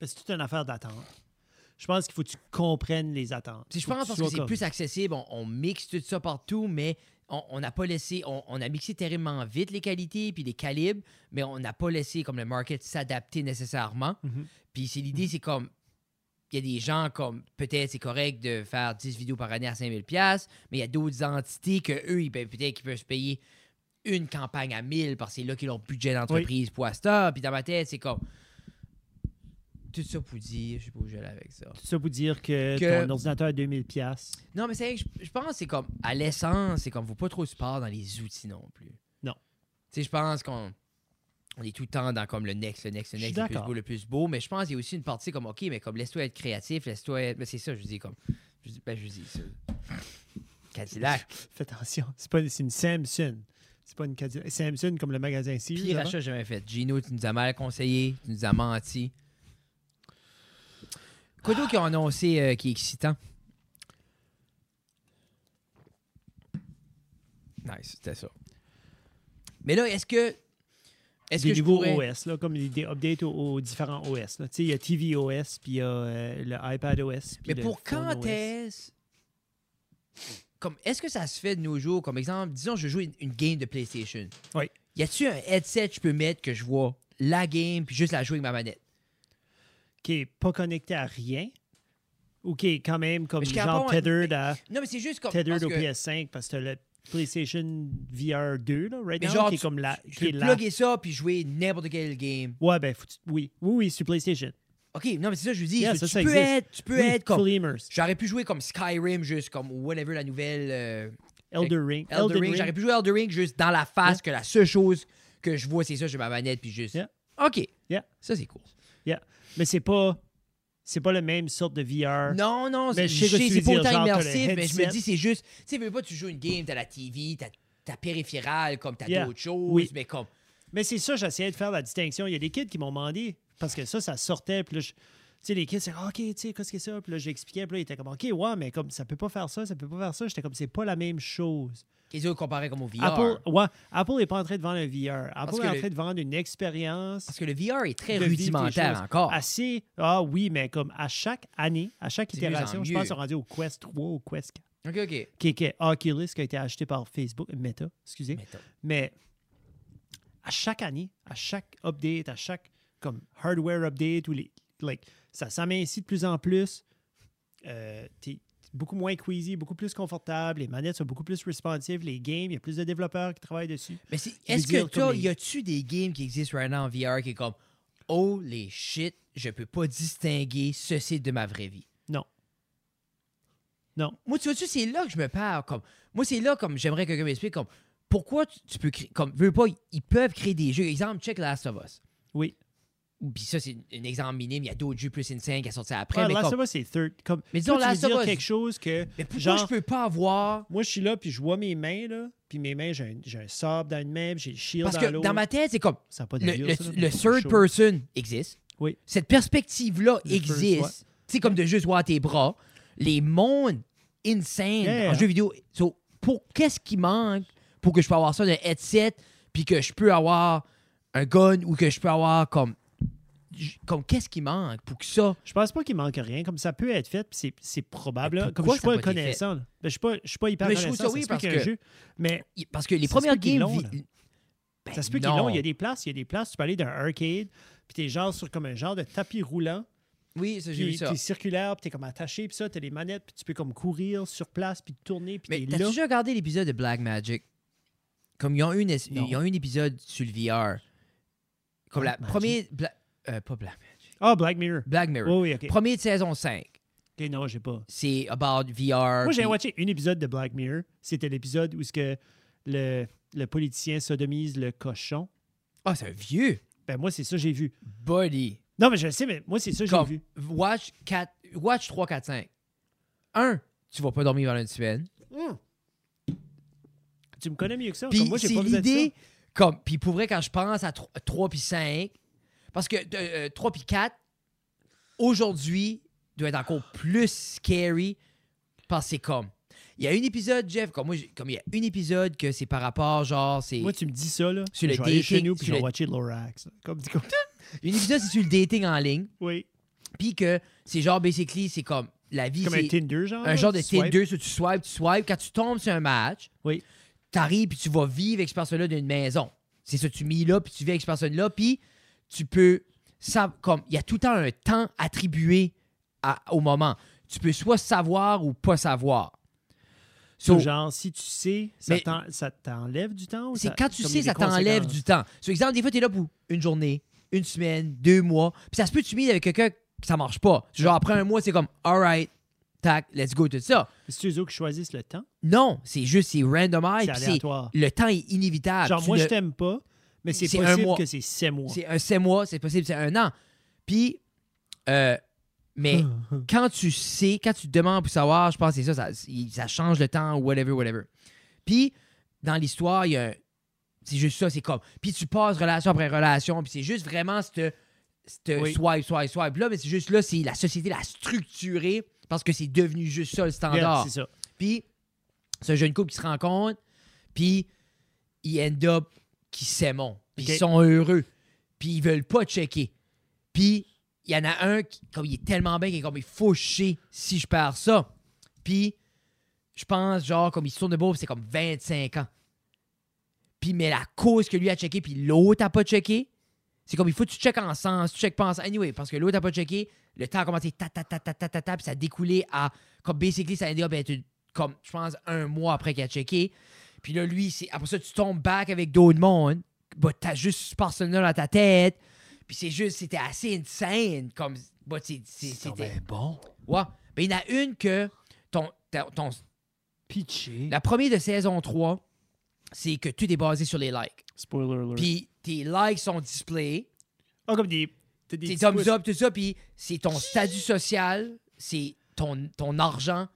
Speaker 3: Ben, C'est toute une affaire d'attente. Je pense qu'il faut que tu comprennes les attentes.
Speaker 1: Puis je
Speaker 3: Faut
Speaker 1: pense
Speaker 3: tu
Speaker 1: parce que
Speaker 3: sois
Speaker 1: c'est
Speaker 3: comme-
Speaker 1: plus accessible, on, on mixe tout ça partout, mais on on n'a pas laissé, on, on a mixé terriblement vite les qualités puis les calibres, mais on n'a pas laissé comme le market s'adapter nécessairement.
Speaker 3: Mhm.
Speaker 1: Puis c'est l'idée, c'est comme il y a des gens comme peut-être c'est correct de faire 10 vidéos par année à 5000 pièces, mais il y a d'autres entités que eux ils peuvent peut-être qu'ils peuvent se payer une campagne à 1000 parce que c'est là qu'ils ont le budget d'entreprise pour ça. Puis dans ma tête, c'est comme tout ça pour dire, je sais pas où j'allais avec ça.
Speaker 3: Tout ça pour dire que,
Speaker 1: Que-
Speaker 3: ton ordinateur à 2000 pièces.
Speaker 1: Non, mais c'est vrai que je, je pense que c'est comme à l'essence, c'est comme faut pas trop se perdre dans les outils non plus.
Speaker 3: Non.
Speaker 1: Tu sais, je pense qu'on on est tout le temps dans comme le next, le next, le
Speaker 3: Je suis
Speaker 1: next, le plus
Speaker 3: d'accord.
Speaker 1: beau, le plus beau, mais je pense qu'il y a aussi une partie comme OK, mais comme laisse-toi être créatif, laisse-toi être mais c'est ça je dis comme je dis ben je dis ça. Cadillac,
Speaker 3: Fais attention, *laughs* c'est pas c'est une Samsung. C'est pas une Cadillac. Samsung comme le magasin Sears.
Speaker 1: pire
Speaker 3: là-bas.
Speaker 1: achat jamais fait. Gino, tu nous as mal conseillé, tu nous as menti. Quoi d'autre qu'ils ont annoncé euh, qui est excitant? Nice, c'était ça. Mais là, est-ce que. Est-ce
Speaker 3: des
Speaker 1: que je
Speaker 3: nouveaux
Speaker 1: pourrais.
Speaker 3: OS, là, comme des, des updates aux, aux différents OS. là. Tu sais, il y a TV OS, puis il y a euh, le iPad OS. puis
Speaker 1: Mais
Speaker 3: le
Speaker 1: pour
Speaker 3: phone
Speaker 1: quand
Speaker 3: OS.
Speaker 1: est-ce. Comme, est-ce que ça se fait de nos jours? Comme exemple, disons, je joue une, une game de PlayStation.
Speaker 3: Oui.
Speaker 1: Y a-tu un headset que je peux mettre que je vois la game puis juste la jouer avec ma manette?
Speaker 3: Qui est pas connecté à rien, ou qui est quand même comme
Speaker 1: Mais je
Speaker 3: genre
Speaker 1: comprends-
Speaker 3: tethered, à,
Speaker 1: Non, mais c'est juste comme.
Speaker 3: tethered
Speaker 1: parce
Speaker 3: au
Speaker 1: que-
Speaker 3: PS5, parce que le PlayStation VR 2, là, right
Speaker 1: Mais
Speaker 3: now,
Speaker 1: genre,
Speaker 3: qui est
Speaker 1: tu-
Speaker 3: comme la...
Speaker 1: Je
Speaker 3: qui est
Speaker 1: peux
Speaker 3: la-
Speaker 1: plugger ça puis jouer n'importe quel game.
Speaker 3: Ouais, ben, faut- oui. Oui, oui, sur PlayStation.
Speaker 1: OK, non, mais c'est ça que je vous dis.
Speaker 3: Yeah,
Speaker 1: tu,
Speaker 3: ça, ça
Speaker 1: peux
Speaker 3: existe.
Speaker 1: être, tu peux
Speaker 3: Oui,
Speaker 1: être comme...
Speaker 3: fully immersed.
Speaker 1: J'aurais pu jouer comme Skyrim, juste comme ou whatever la nouvelle... euh,
Speaker 3: Elder Ring.
Speaker 1: Elden,
Speaker 3: Elden
Speaker 1: Ring. J'aurais pu jouer Elden Ring juste dans la face,
Speaker 3: Yeah.
Speaker 1: que la seule chose que je vois, c'est ça, j'ai ma manette, puis juste...
Speaker 3: Yeah.
Speaker 1: OK.
Speaker 3: Yeah.
Speaker 1: Ça, c'est cool.
Speaker 3: Mais c'est pas... C'est pas la même sorte de VR.
Speaker 1: Non, non,
Speaker 3: Mais
Speaker 1: c'est-
Speaker 3: je sais
Speaker 1: je
Speaker 3: que
Speaker 1: sais,
Speaker 3: tu
Speaker 1: c'est
Speaker 3: veux
Speaker 1: pas
Speaker 3: dire,
Speaker 1: autant
Speaker 3: genre, t'as le
Speaker 1: immersif, mais je me
Speaker 3: headset.
Speaker 1: dis, c'est juste... Tu sais, veux pas, tu joues une game, t'as la TV, t'as ta périphérale, comme t'as
Speaker 3: Yeah.
Speaker 1: d'autres choses,
Speaker 3: Oui.
Speaker 1: mais comme...
Speaker 3: Mais c'est ça, j'essayais de faire la distinction. Il y a des kids qui m'ont demandé, parce que ça, ça sortait, puis là, je- tu sais, les kids, c'est OK, tu sais, qu'est-ce que c'est ça? Puis là, j'expliquais, puis là, ils étaient comme OK, ouais, mais comme ça peut pas faire ça, ça peut pas faire ça. J'étais comme, c'est pas la même chose.
Speaker 1: Qu'est-ce que comparé comme au VR?
Speaker 3: Apple, ouais, Apple est pas en train de vendre un VR. Apple
Speaker 1: que
Speaker 3: est en
Speaker 1: le-
Speaker 3: train de vendre une expérience.
Speaker 1: Parce que le VR est très
Speaker 3: de vivre des choses
Speaker 1: rudimentaire encore.
Speaker 3: Assez. Ah oui, mais comme à chaque année, à chaque
Speaker 1: C'est mieux en
Speaker 3: itération, je
Speaker 1: mieux.
Speaker 3: pense qu'ils sont rendus au Quest 3, au Quest 4,
Speaker 1: OK, OK.
Speaker 3: qui est, qui est Oculus, qui a été acheté par Facebook, Meta, excusez.
Speaker 1: Mais t'as-
Speaker 3: Mais à chaque année, à chaque update, à chaque comme hardware update, ou les, like, ça s'amincit de plus en plus. Euh, T'es beaucoup moins queasy, beaucoup plus confortable. Les manettes sont beaucoup plus responsives. Les games, il y a plus de développeurs qui travaillent dessus.
Speaker 1: Mais c'est-
Speaker 3: Je veux
Speaker 1: est-ce que
Speaker 3: dire,
Speaker 1: toi,
Speaker 3: comme les-
Speaker 1: y a-tu des games qui existent right now en VR qui est comme Holy shit, je peux pas distinguer ceci de ma vraie vie?
Speaker 3: Non. Non.
Speaker 1: Moi, tu vois-tu, c'est là que je me perds. Comme, moi, c'est là comme j'aimerais que quelqu'un m'explique comme pourquoi tu, tu peux créer. Comme, veux pas, ils peuvent créer des jeux. Exemple, check Last of Us.
Speaker 3: Oui.
Speaker 1: Ou Puis ça, c'est un exemple minime. Il y a d'autres jeux plus insane qui sont sortis après.
Speaker 3: Ouais,
Speaker 1: mais,
Speaker 3: Ah, Last
Speaker 1: comme-
Speaker 3: of Us, c'est third. Comme,
Speaker 1: Mais disons,
Speaker 3: toi, tu veux
Speaker 1: Last of
Speaker 3: dire
Speaker 1: Us-
Speaker 3: quelque chose que.
Speaker 1: mais pourquoi
Speaker 3: genre,
Speaker 1: je peux pas avoir.
Speaker 3: Moi, je suis là, puis je vois mes mains, là. Puis mes mains, j'ai un, j'ai un sabre dans une main, puis j'ai le shield
Speaker 1: Parce
Speaker 3: dans
Speaker 1: que
Speaker 3: l'autre.
Speaker 1: dans ma tête, c'est comme
Speaker 3: Ça n'a pas
Speaker 1: le,
Speaker 3: d'allure,
Speaker 1: le,
Speaker 3: ça, là,
Speaker 1: le
Speaker 3: mais c'est
Speaker 1: third
Speaker 3: chaud.
Speaker 1: person existe.
Speaker 3: Oui.
Speaker 1: Cette perspective-là
Speaker 3: Le first, ouais.
Speaker 1: existe. C'est comme de juste voir tes bras. Les mondes insane
Speaker 3: Yeah.
Speaker 1: en jeu vidéo. So, pour qu'est-ce qui manque pour que je puisse avoir ça de headset, puis que je peux avoir un gun ou que je peux avoir comme j- comme qu'est-ce qui manque pour que ça
Speaker 3: Je pense pas qu'il manque rien. Comme ça peut être fait, puis c'est- c'est probable.
Speaker 1: Mais
Speaker 3: là. Comme je
Speaker 1: Ben, pourquoi
Speaker 3: suis
Speaker 1: ça
Speaker 3: pas
Speaker 1: a pas été
Speaker 3: connaissant. là. Ben, Je suis pas, je suis pas hyper
Speaker 1: Mais je
Speaker 3: connaissant.
Speaker 1: trouve ça oui,
Speaker 3: se peut
Speaker 1: parce
Speaker 3: qu'il y ait un
Speaker 1: que-
Speaker 3: jeu. Mais
Speaker 1: y- parce que les
Speaker 3: Ça se peut
Speaker 1: premières
Speaker 3: qu'ils
Speaker 1: games
Speaker 3: l'ont,
Speaker 1: vi-
Speaker 3: là.
Speaker 1: Ben
Speaker 3: ça se peut qu'ils
Speaker 1: non.
Speaker 3: l'ont. Il y a des places, il y a des places. Tu peux aller d'un arcade, puis t'es genre sur comme un genre de tapis roulant,
Speaker 1: oui ça, j'ai vu
Speaker 3: puis
Speaker 1: ça
Speaker 3: t'es circulaire, puis t'es comme attaché, puis ça, t'as les manettes, puis tu peux comme courir sur place, puis tourner,
Speaker 1: Mais
Speaker 3: puis t'es
Speaker 1: t'as
Speaker 3: là.
Speaker 1: déjà regardé l'épisode de Black Magic? Comme ils ont eu une, es-
Speaker 3: Non.
Speaker 1: ils ont eu un épisode sur le VR. Comme la
Speaker 3: Black Magic?
Speaker 1: première. Bla- euh, pas Black Magic.
Speaker 3: Ah, Black Mirror.
Speaker 1: Black Mirror.
Speaker 3: Oh, oui, ok.
Speaker 1: Première de saison 5.
Speaker 3: Ok, non, j'ai pas.
Speaker 1: C'est about VR.
Speaker 3: Moi, j'ai
Speaker 1: puis-
Speaker 3: watché un épisode de Black Mirror. C'était l'épisode où ce que le, le politicien sodomise le cochon.
Speaker 1: Ah, c'est un vieux.
Speaker 3: Ben moi, c'est ça que j'ai vu.
Speaker 1: Buddy.
Speaker 3: Non, mais je le sais, mais moi, c'est ça que j'ai
Speaker 1: Comme
Speaker 3: vu.
Speaker 1: Watch, 4, watch 3, 4, 5. 1. Tu vas pas dormir pendant une semaine.
Speaker 3: Hmm. Tu me connais mieux que ça.
Speaker 1: Puis
Speaker 3: comme moi, j'ai
Speaker 1: c'est
Speaker 3: pas besoin de
Speaker 1: l'idée.
Speaker 3: ça.
Speaker 1: Comme, puis pour vrai, quand je pense à 3, puis 5, parce que 3 puis 4, aujourd'hui, doit être encore plus scary parce que c'est comme. Il y a un épisode, Jeff, comme moi, j'ai- comme il y a un épisode que c'est par rapport, genre, c'est.
Speaker 3: Moi, tu me dis ça, là.
Speaker 1: Sur
Speaker 3: je
Speaker 1: le
Speaker 3: vais aller chez
Speaker 1: dating,
Speaker 3: nous puis je
Speaker 1: sur
Speaker 3: vais
Speaker 1: le-
Speaker 3: watcher Lorax. Comme dit comme
Speaker 1: *laughs* Un épisode, c'est sur le dating en ligne.
Speaker 3: Oui.
Speaker 1: Puis que c'est genre, basically, c'est comme la vie.
Speaker 3: Comme
Speaker 1: c'est-
Speaker 3: un Tinder, genre.
Speaker 1: un
Speaker 3: là,
Speaker 1: genre
Speaker 3: tu
Speaker 1: de
Speaker 3: swipes.
Speaker 1: Tinder où tu swipes, tu swipes. Quand tu tombes sur un match,
Speaker 3: Oui.
Speaker 1: t'arrives puis tu vas vivre l'expérience là d'une maison. C'est ça, tu mis là, puis tu vis avec cette personne-là, puis tu peux. sa- Comme, il y a tout le temps un temps attribué à- au moment. Tu peux soit savoir ou pas savoir.
Speaker 3: So,
Speaker 1: So,
Speaker 3: genre, si tu sais, ça
Speaker 1: Mais-
Speaker 3: t'en- ça t'enlève du temps ou
Speaker 1: c'est
Speaker 3: ça-
Speaker 1: quand tu
Speaker 3: comme il y
Speaker 1: sais,
Speaker 3: a
Speaker 1: ça
Speaker 3: des
Speaker 1: t'enlève
Speaker 3: conséquences?
Speaker 1: du temps. Sur exemple, des fois, t'es là pour une journée, une semaine, deux mois, puis ça se peut que tu mises avec quelqu'un que ça marche pas. Genre, après un mois, c'est comme, alright, tac, let's go, tout ça.
Speaker 3: C'est eux autres qui choisissent le temps.
Speaker 1: Non, c'est juste, c'est randomized.
Speaker 3: C'est
Speaker 1: Ah, puis
Speaker 3: aléatoire.
Speaker 1: le temps est inévitable.
Speaker 3: Genre,
Speaker 1: Tu
Speaker 3: moi,
Speaker 1: ne-
Speaker 3: je t'aime pas, mais c'est
Speaker 1: C'est un
Speaker 3: possible
Speaker 1: mois.
Speaker 3: que c'est six mois.
Speaker 1: C'est un 7 mois, c'est possible, c'est un an. Puis, euh,
Speaker 3: *laughs*
Speaker 1: mais
Speaker 3: Hum.
Speaker 1: quand tu sais, quand tu te demandes pour savoir, je pense que c'est ça, ça, il- ça change le temps, whatever, whatever. Puis, dans l'histoire, il y a un- C'est juste ça, c'est comme. Puis tu passes relation après relation, puis c'est juste vraiment cette, cette
Speaker 3: Oui.
Speaker 1: swipe, swipe, swipe. Là, mais c'est juste là, c'est la société l'a structuré parce que c'est devenu juste ça le
Speaker 3: Yeah,
Speaker 1: standard.
Speaker 3: C'est ça.
Speaker 1: Puis, ce jeune couple qui se rencontre, puis ils end up qui s'aimont. Puis
Speaker 3: Ok.
Speaker 1: ils sont heureux. Puis ils veulent pas checker. Puis il y en a un qui, comme il est tellement bien, qui est comme il faut chier si je perds ça. Puis je pense, genre, comme il se tourne de beau, c'est comme 25 ans. Puis, mais la cause que lui a checké, puis l'autre a pas checké, c'est comme il faut que tu checkes en sens, tu checkes pas en sens. Anyway, parce que l'autre a pas checké, le temps a commencé ta ta ta ta ta ta, ta puis ça a découlé à comme basically ça a été ben, tu- comme je pense un mois après qu'il a checké. Puis là lui, c'est après ça tu tombes back avec d'autres mondes, bah t'as juste ce personnage dans ta tête. Puis c'est juste c'était assez insane comme bah c'est- c'est- c'était
Speaker 3: bon.
Speaker 1: ouais. Ben il y en a une que ton ta- ton
Speaker 3: Pitché.
Speaker 1: la première de saison 3, c'est que tout est basé sur les likes.
Speaker 3: Spoiler alert.
Speaker 1: Puis tes likes sont displayés
Speaker 3: oh, comme des. T'as des
Speaker 1: tes
Speaker 3: petits
Speaker 1: thumbs
Speaker 3: pouces.
Speaker 1: up, tout ça, puis c'est ton statut social, c'est ton, ton argent,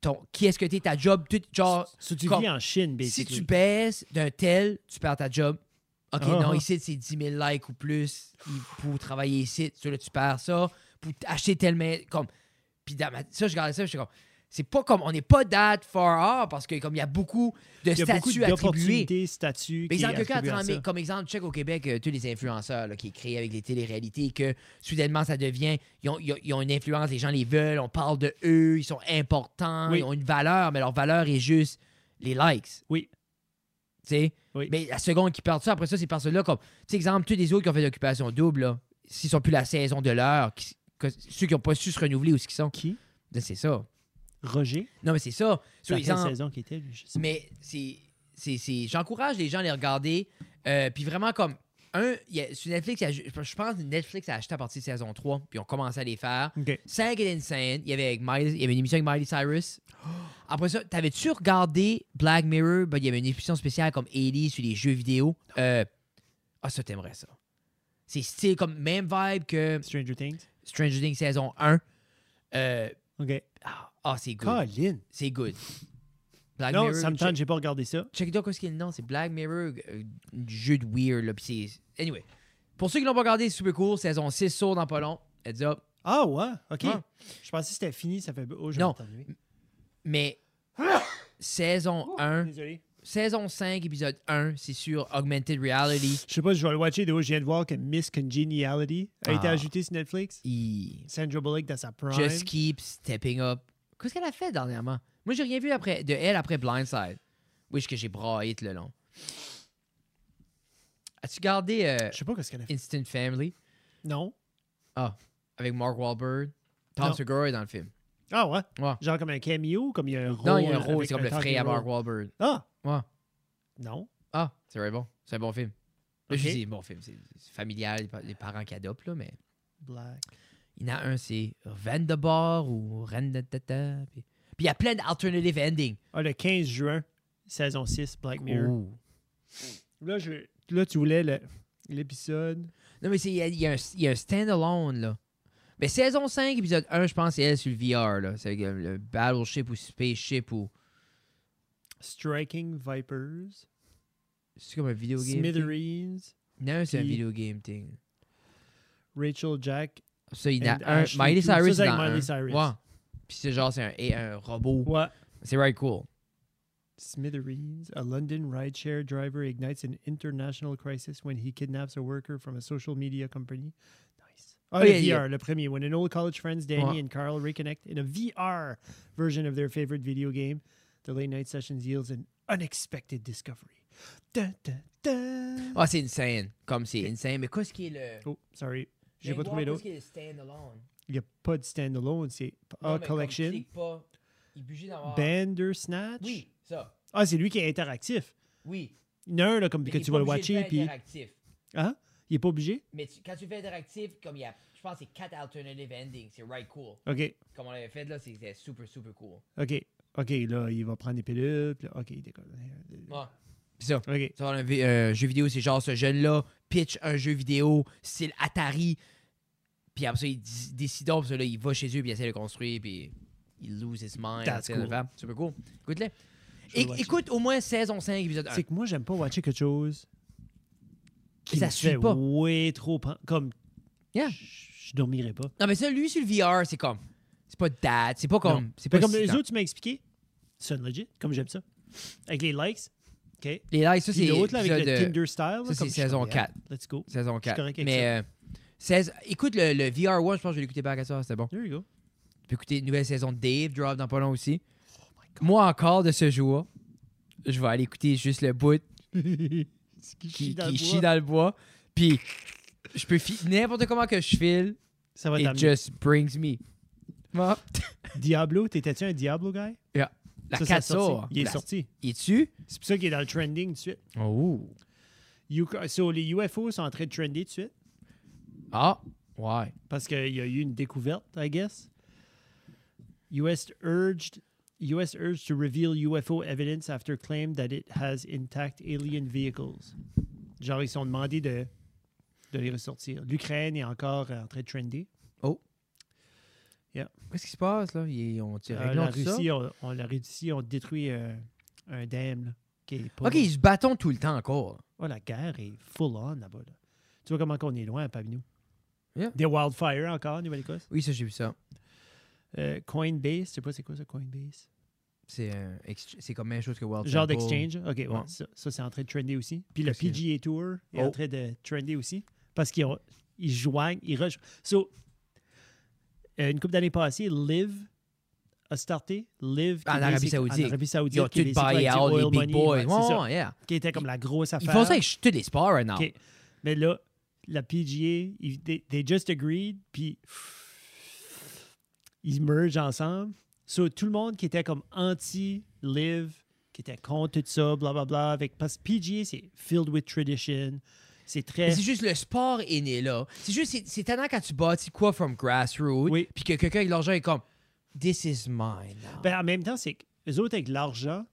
Speaker 1: ton, qui est-ce que t'es, ta job, tout, genre,
Speaker 3: Si tu
Speaker 1: Comme-
Speaker 3: vis en Chine,
Speaker 1: si
Speaker 3: basically.
Speaker 1: tu baisses d'un tel, tu perds ta job. OK,
Speaker 3: Ah,
Speaker 1: non,
Speaker 3: ah.
Speaker 1: ici, c'est 10 000 likes ou plus il- pour travailler ici. Ça, là, tu perds ça. Pour t- acheter tellement... Comme, puis dans ma- ça, je regardais ça, j'étais comme... C'est pas comme... On n'est pas that far off parce que comme il y a beaucoup de
Speaker 3: Il y a beaucoup
Speaker 1: statuts attribués.
Speaker 3: d'opportunités, statuts.
Speaker 1: Mais
Speaker 3: qui est
Speaker 1: exemple, quelqu'un a
Speaker 3: attribué à
Speaker 1: 30 000
Speaker 3: ça.
Speaker 1: comme exemple, check au Québec, euh, tous les influenceurs là, qui créent avec les téléréalités, que soudainement ça devient, ils ont, ils ont- ils ont une influence, les gens les veulent, on parle de eux, ils sont importants,
Speaker 3: Oui.
Speaker 1: ils ont une valeur, mais leur valeur est juste les likes.
Speaker 3: Oui.
Speaker 1: Tu sais?
Speaker 3: Oui.
Speaker 1: Mais la seconde qui perdent ça, après ça, ces personnes-là, comme, tu sais, exemple, tous les autres qui ont fait l'occupation double, là, s'ils sont plus la saison de l'heure, qui- que- ceux qui n'ont pas su se renouveler ou ce qu'ils sont,
Speaker 3: Qui
Speaker 1: Ben, c'est ça.
Speaker 3: Roger.
Speaker 1: Non, mais c'est ça.
Speaker 3: C'est
Speaker 1: Sur
Speaker 3: la quelle
Speaker 1: exemple,
Speaker 3: saison qui était, lui, je sais pas.
Speaker 1: mais c'est. c'est- c'est- J'encourage les gens à les regarder. Euh, puis vraiment, comme. Un, il y a- sur Netflix, il y a ju- je pense que Netflix a acheté à partir de saison 3, puis ils ont commencé à les faire.
Speaker 3: Ok.
Speaker 1: 5 et Insane, il y avait, avec Miley- il y avait une émission avec Miley
Speaker 3: *gasps*
Speaker 1: Cyrus. Après ça, t'avais-tu regardé Black Mirror? Ben, il y avait une émission spéciale comme Ellie sur les jeux vidéo. Euh, Ah, ça, t'aimerais ça. C'est style comme même vibe que
Speaker 3: Stranger Things.
Speaker 1: Stranger Things saison 1. Euh,
Speaker 3: OK.
Speaker 1: ah, ah, c'est good.
Speaker 3: Colin.
Speaker 1: C'est good. Black
Speaker 3: Non,
Speaker 1: Mirror,
Speaker 3: ça me
Speaker 1: check-
Speaker 3: tente, j'ai pas regardé ça.
Speaker 1: Check donc qu'est-ce qu'il y a le nom, c'est Black Mirror, euh, du jeu de weird, là, pis c'est... Anyway, pour ceux qui l'ont pas regardé, c'est super cool, saison 6 sort dans pas long, heads up.
Speaker 3: Ah ouais, ok.
Speaker 1: Ouais.
Speaker 3: Je pensais que c'était fini, ça fait... Oh, je
Speaker 1: Non.
Speaker 3: m'entendais.
Speaker 1: Mais saison 1,
Speaker 3: Désolé.
Speaker 1: saison 5, épisode 1, c'est sur Augmented Reality.
Speaker 3: Je sais pas si je vais le watcher, de haut, je viens de voir que Miss Congeniality a été
Speaker 1: Ah.
Speaker 3: ajoutée sur Netflix.
Speaker 1: Il...
Speaker 3: Sandra Bullock dans sa prime.
Speaker 1: Just keep stepping up. Qu'est-ce qu'elle a fait dernièrement? Moi, j'ai rien vu après, de elle après Blindside. Wish que j'ai braillé tout le long. As-tu gardé euh,
Speaker 3: Je sais pas qu'est-ce qu'elle a fait.
Speaker 1: Instant Family
Speaker 3: Non.
Speaker 1: avec Mark Wahlberg? Tom
Speaker 3: Non.
Speaker 1: Segura est dans le film.
Speaker 3: Ah ouais?
Speaker 1: Ouais.
Speaker 3: Genre comme un cameo, comme il y a un rôle.
Speaker 1: Non, il y a un rôle,
Speaker 3: avec
Speaker 1: c'est comme le
Speaker 3: talking
Speaker 1: frère à Mark
Speaker 3: role.
Speaker 1: Wahlberg.
Speaker 3: Ah!
Speaker 1: Ouais.
Speaker 3: Non.
Speaker 1: Ah, c'est vrai bon. C'est un bon film. Là, Je
Speaker 3: Ok.
Speaker 1: dis bon film, c'est c'est familial, les pa- les parents qui adoptent, là, mais
Speaker 3: Black.
Speaker 1: il y en a un, c'est Vandebar ou Rendatata. Puis puis il y a plein d'alternative endings.
Speaker 3: Ah, le 15 juin, saison 6, Black Mirror.
Speaker 1: Ouh.
Speaker 3: Là, je... Là, tu voulais le- l'épisode...
Speaker 1: Non, mais c'est- il y a, il y a un, il y a un stand-alone, là. Mais saison 5, épisode 1, je pense, c'est elle sur le VR, là. C'est le, le Battleship ou Spaceship ou.
Speaker 3: Striking Vipers,
Speaker 1: C'est comme un video game. thing?
Speaker 3: Smithereens,
Speaker 1: Il y en a un, c'est un
Speaker 3: Puis-
Speaker 1: video game thing.
Speaker 3: Rachel Jack.
Speaker 1: Ça, il y en
Speaker 3: And euh,
Speaker 1: a un.
Speaker 3: Ashley
Speaker 1: Miley
Speaker 3: Q. Ça,
Speaker 1: Cyrus,
Speaker 3: c'est
Speaker 1: est dans
Speaker 3: avec Miley
Speaker 1: un.
Speaker 3: Cyrus.
Speaker 1: Ouais. Puis c'est genre, c'est un, un robot.
Speaker 3: Ouais.
Speaker 1: C'est right cool.
Speaker 3: Smithereens, a London rideshare driver, ignites an international crisis when he kidnaps a worker from a social media company. Nice.
Speaker 1: Oh,
Speaker 3: Oh, le
Speaker 1: yeah, yeah.
Speaker 3: VR, le premier. When an old college friends, Danny
Speaker 1: Ouais.
Speaker 3: and Carl, reconnect in a VR version of their favorite video game, the late night sessions yields an unexpected discovery. Dun, dun, dun.
Speaker 1: Ah, c'est insane. Comme c'est insane. Mais qu'est-ce qui est le.
Speaker 3: Oh, sorry. J'ai
Speaker 1: Ben,
Speaker 3: pas
Speaker 1: voir
Speaker 3: trouvé
Speaker 1: qu'est-ce
Speaker 3: d'autre.
Speaker 1: qui est le stand-alone.
Speaker 3: Il n'y a pas de standalone. C'est
Speaker 1: Non, mais
Speaker 3: A
Speaker 1: comme
Speaker 3: Ah, Collection. Ben,
Speaker 1: clique pas, Il est obligé d'avoir-
Speaker 3: Bandersnatch.
Speaker 1: Oui, ça.
Speaker 3: Ah, c'est lui qui est interactif.
Speaker 1: Oui.
Speaker 3: Il y en a un là, comme
Speaker 1: Mais
Speaker 3: que
Speaker 1: il est
Speaker 3: tu
Speaker 1: pas
Speaker 3: vas le
Speaker 1: obligé de
Speaker 3: watcher.
Speaker 1: faire
Speaker 3: Puis...
Speaker 1: interactif.
Speaker 3: Hein? Il n'est pas obligé?
Speaker 1: Mais tu- quand tu fais interactif, comme il y a, je pense que c'est 4 alternative endings, c'est right cool.
Speaker 3: OK.
Speaker 1: Comme on l'avait fait là, c'est- c'était super, super cool.
Speaker 3: OK. OK, là, il va prendre des pilules. puis là, OK, il décolle.
Speaker 1: Ouais. Pis Ah. ça,
Speaker 3: OK.
Speaker 1: ça va un vi- euh, jeu vidéo, c'est genre ce jeune-là pitch un jeu vidéo style Atari, puis après ça, il dé- décide, puis ça, là, il va chez eux, puis il essaie de le construire, puis il lose his mind.
Speaker 3: That's
Speaker 1: tu sais,
Speaker 3: cool.
Speaker 1: l'affaire. Super cool. Écoute-le.
Speaker 3: Je vais
Speaker 1: Éc-
Speaker 3: le watcher.
Speaker 1: écoute au moins saison 5, épisode 1.
Speaker 3: C'est que moi, j'aime pas watcher quelque chose qui
Speaker 1: Ça
Speaker 3: me
Speaker 1: suit
Speaker 3: fait
Speaker 1: pas.
Speaker 3: way trop... pen- Comme,
Speaker 1: Yeah.
Speaker 3: je je dormirais pas.
Speaker 1: Non, mais ça, lui, sur le VR, c'est comme. C'est pas dad, c'est pas comme.
Speaker 3: Non.
Speaker 1: C'est
Speaker 3: Mais
Speaker 1: pas
Speaker 3: comme
Speaker 1: excitant.
Speaker 3: les autres, tu m'as expliqué. C'est legit, comme j'aime ça. Avec les likes. OK.
Speaker 1: Les likes, ça,
Speaker 3: Puis
Speaker 1: c'est.
Speaker 3: l'autre, là, avec le
Speaker 1: épisode, euh,
Speaker 3: Tinder style. là,
Speaker 1: ça, c'est
Speaker 3: comme je suis
Speaker 1: saison
Speaker 3: comme, yeah, Let's go.
Speaker 1: Saison 4.
Speaker 3: correct avec
Speaker 1: mais euh, 16 écoute le, le VR1, je pense que je vais l'écouter back à ça, c'était bon.
Speaker 3: There you go.
Speaker 1: Tu peux écouter une nouvelle saison de Dave Drop dans pas long aussi.
Speaker 3: Oh my
Speaker 1: Moi encore de ce jour, je vais aller écouter juste le bout *laughs*
Speaker 3: Qui
Speaker 1: qui,
Speaker 3: chie dans le
Speaker 1: qui
Speaker 3: bois.
Speaker 1: chie dans le bois. Puis je peux fi- n'importe comment que je file,
Speaker 3: Ça va
Speaker 1: it
Speaker 3: t'amener.
Speaker 1: just brings me. Ah,
Speaker 3: Diablo, t'étais-tu un Diablo guy?
Speaker 1: La
Speaker 3: Ça, ça a
Speaker 1: 4
Speaker 3: sorti.
Speaker 1: sort.
Speaker 3: Il est
Speaker 1: La-
Speaker 3: sorti.
Speaker 1: Il est dessus?
Speaker 3: C'est pour ça qu'il est dans le trending tout de suite.
Speaker 1: Oh.
Speaker 3: UK so, les UFO sont en train de trender tout de suite
Speaker 1: Ah, ouais.
Speaker 3: parce qu'il y a eu une découverte, I guess. US urged, US urged to reveal UFO evidence after claim that it has intact alien vehicles. Genre, ils sont demandés de, de les ressortir. L'Ukraine est encore euh, en train de trender.
Speaker 1: Qu'est-ce qui se passe là? Ils ont tiré
Speaker 3: Euh, la, Russie, on, on- la Russie, on détruit euh, un dam là, qui est pas-
Speaker 1: Ok, ils se battent tout le temps encore.
Speaker 3: Oh, la guerre est full on là-bas. là. Tu vois comment on est loin à Pabineau.
Speaker 1: Yeah.
Speaker 3: Des wildfires encore en Nouvelle-Écosse.
Speaker 1: Oui, ça, j'ai vu ça.
Speaker 3: Euh, Coinbase, je sais pas c'est quoi ça, Coinbase.
Speaker 1: C'est un ex- c'est comme la même chose que World
Speaker 3: Genre
Speaker 1: Temple.
Speaker 3: d'exchange. OK, ouais,
Speaker 1: Ouais.
Speaker 3: ça, ça, c'est en train de trender aussi. Puis le
Speaker 1: Qu'est-ce qu'il
Speaker 3: PGA Tour est
Speaker 1: Oh.
Speaker 3: en train de trender aussi parce qu'ils ont- ils joignent, ils rejoignent. So, euh, une couple d'années passées, Live a starté. Live qui
Speaker 1: En
Speaker 3: est
Speaker 1: Arabie
Speaker 3: les-
Speaker 1: Saoudite.
Speaker 3: En Arabie Saoudite.
Speaker 1: Ils ont
Speaker 3: qui est
Speaker 1: tout
Speaker 3: les
Speaker 1: buy
Speaker 3: Saoudis,
Speaker 1: out, les
Speaker 3: Oil
Speaker 1: big
Speaker 3: Money,
Speaker 1: boys.
Speaker 3: ouais, c'est
Speaker 1: Ouais,
Speaker 3: ça,
Speaker 1: ouais, yeah.
Speaker 3: Qui était comme la grosse
Speaker 1: Ils
Speaker 3: affaire.
Speaker 1: font ça avec tous les sports hein, right now.
Speaker 3: OK. Mais là, la PGA, ils, they, they just agreed, puis ils mergent ensemble. So, tout le monde qui était comme anti-live, qui était contre tout ça, blablabla, avec, parce que PGA, c'est filled with tradition. C'est
Speaker 1: Mais
Speaker 3: très.
Speaker 1: C'est juste le sport est né là. C'est juste, c'est- c'est tannant quand tu bâtis quoi from grassroots,
Speaker 3: Oui.
Speaker 1: puis que quelqu'un avec l'argent est comme This is mine. now.
Speaker 3: Ben, en même temps, c'est que les autres, avec l'argent,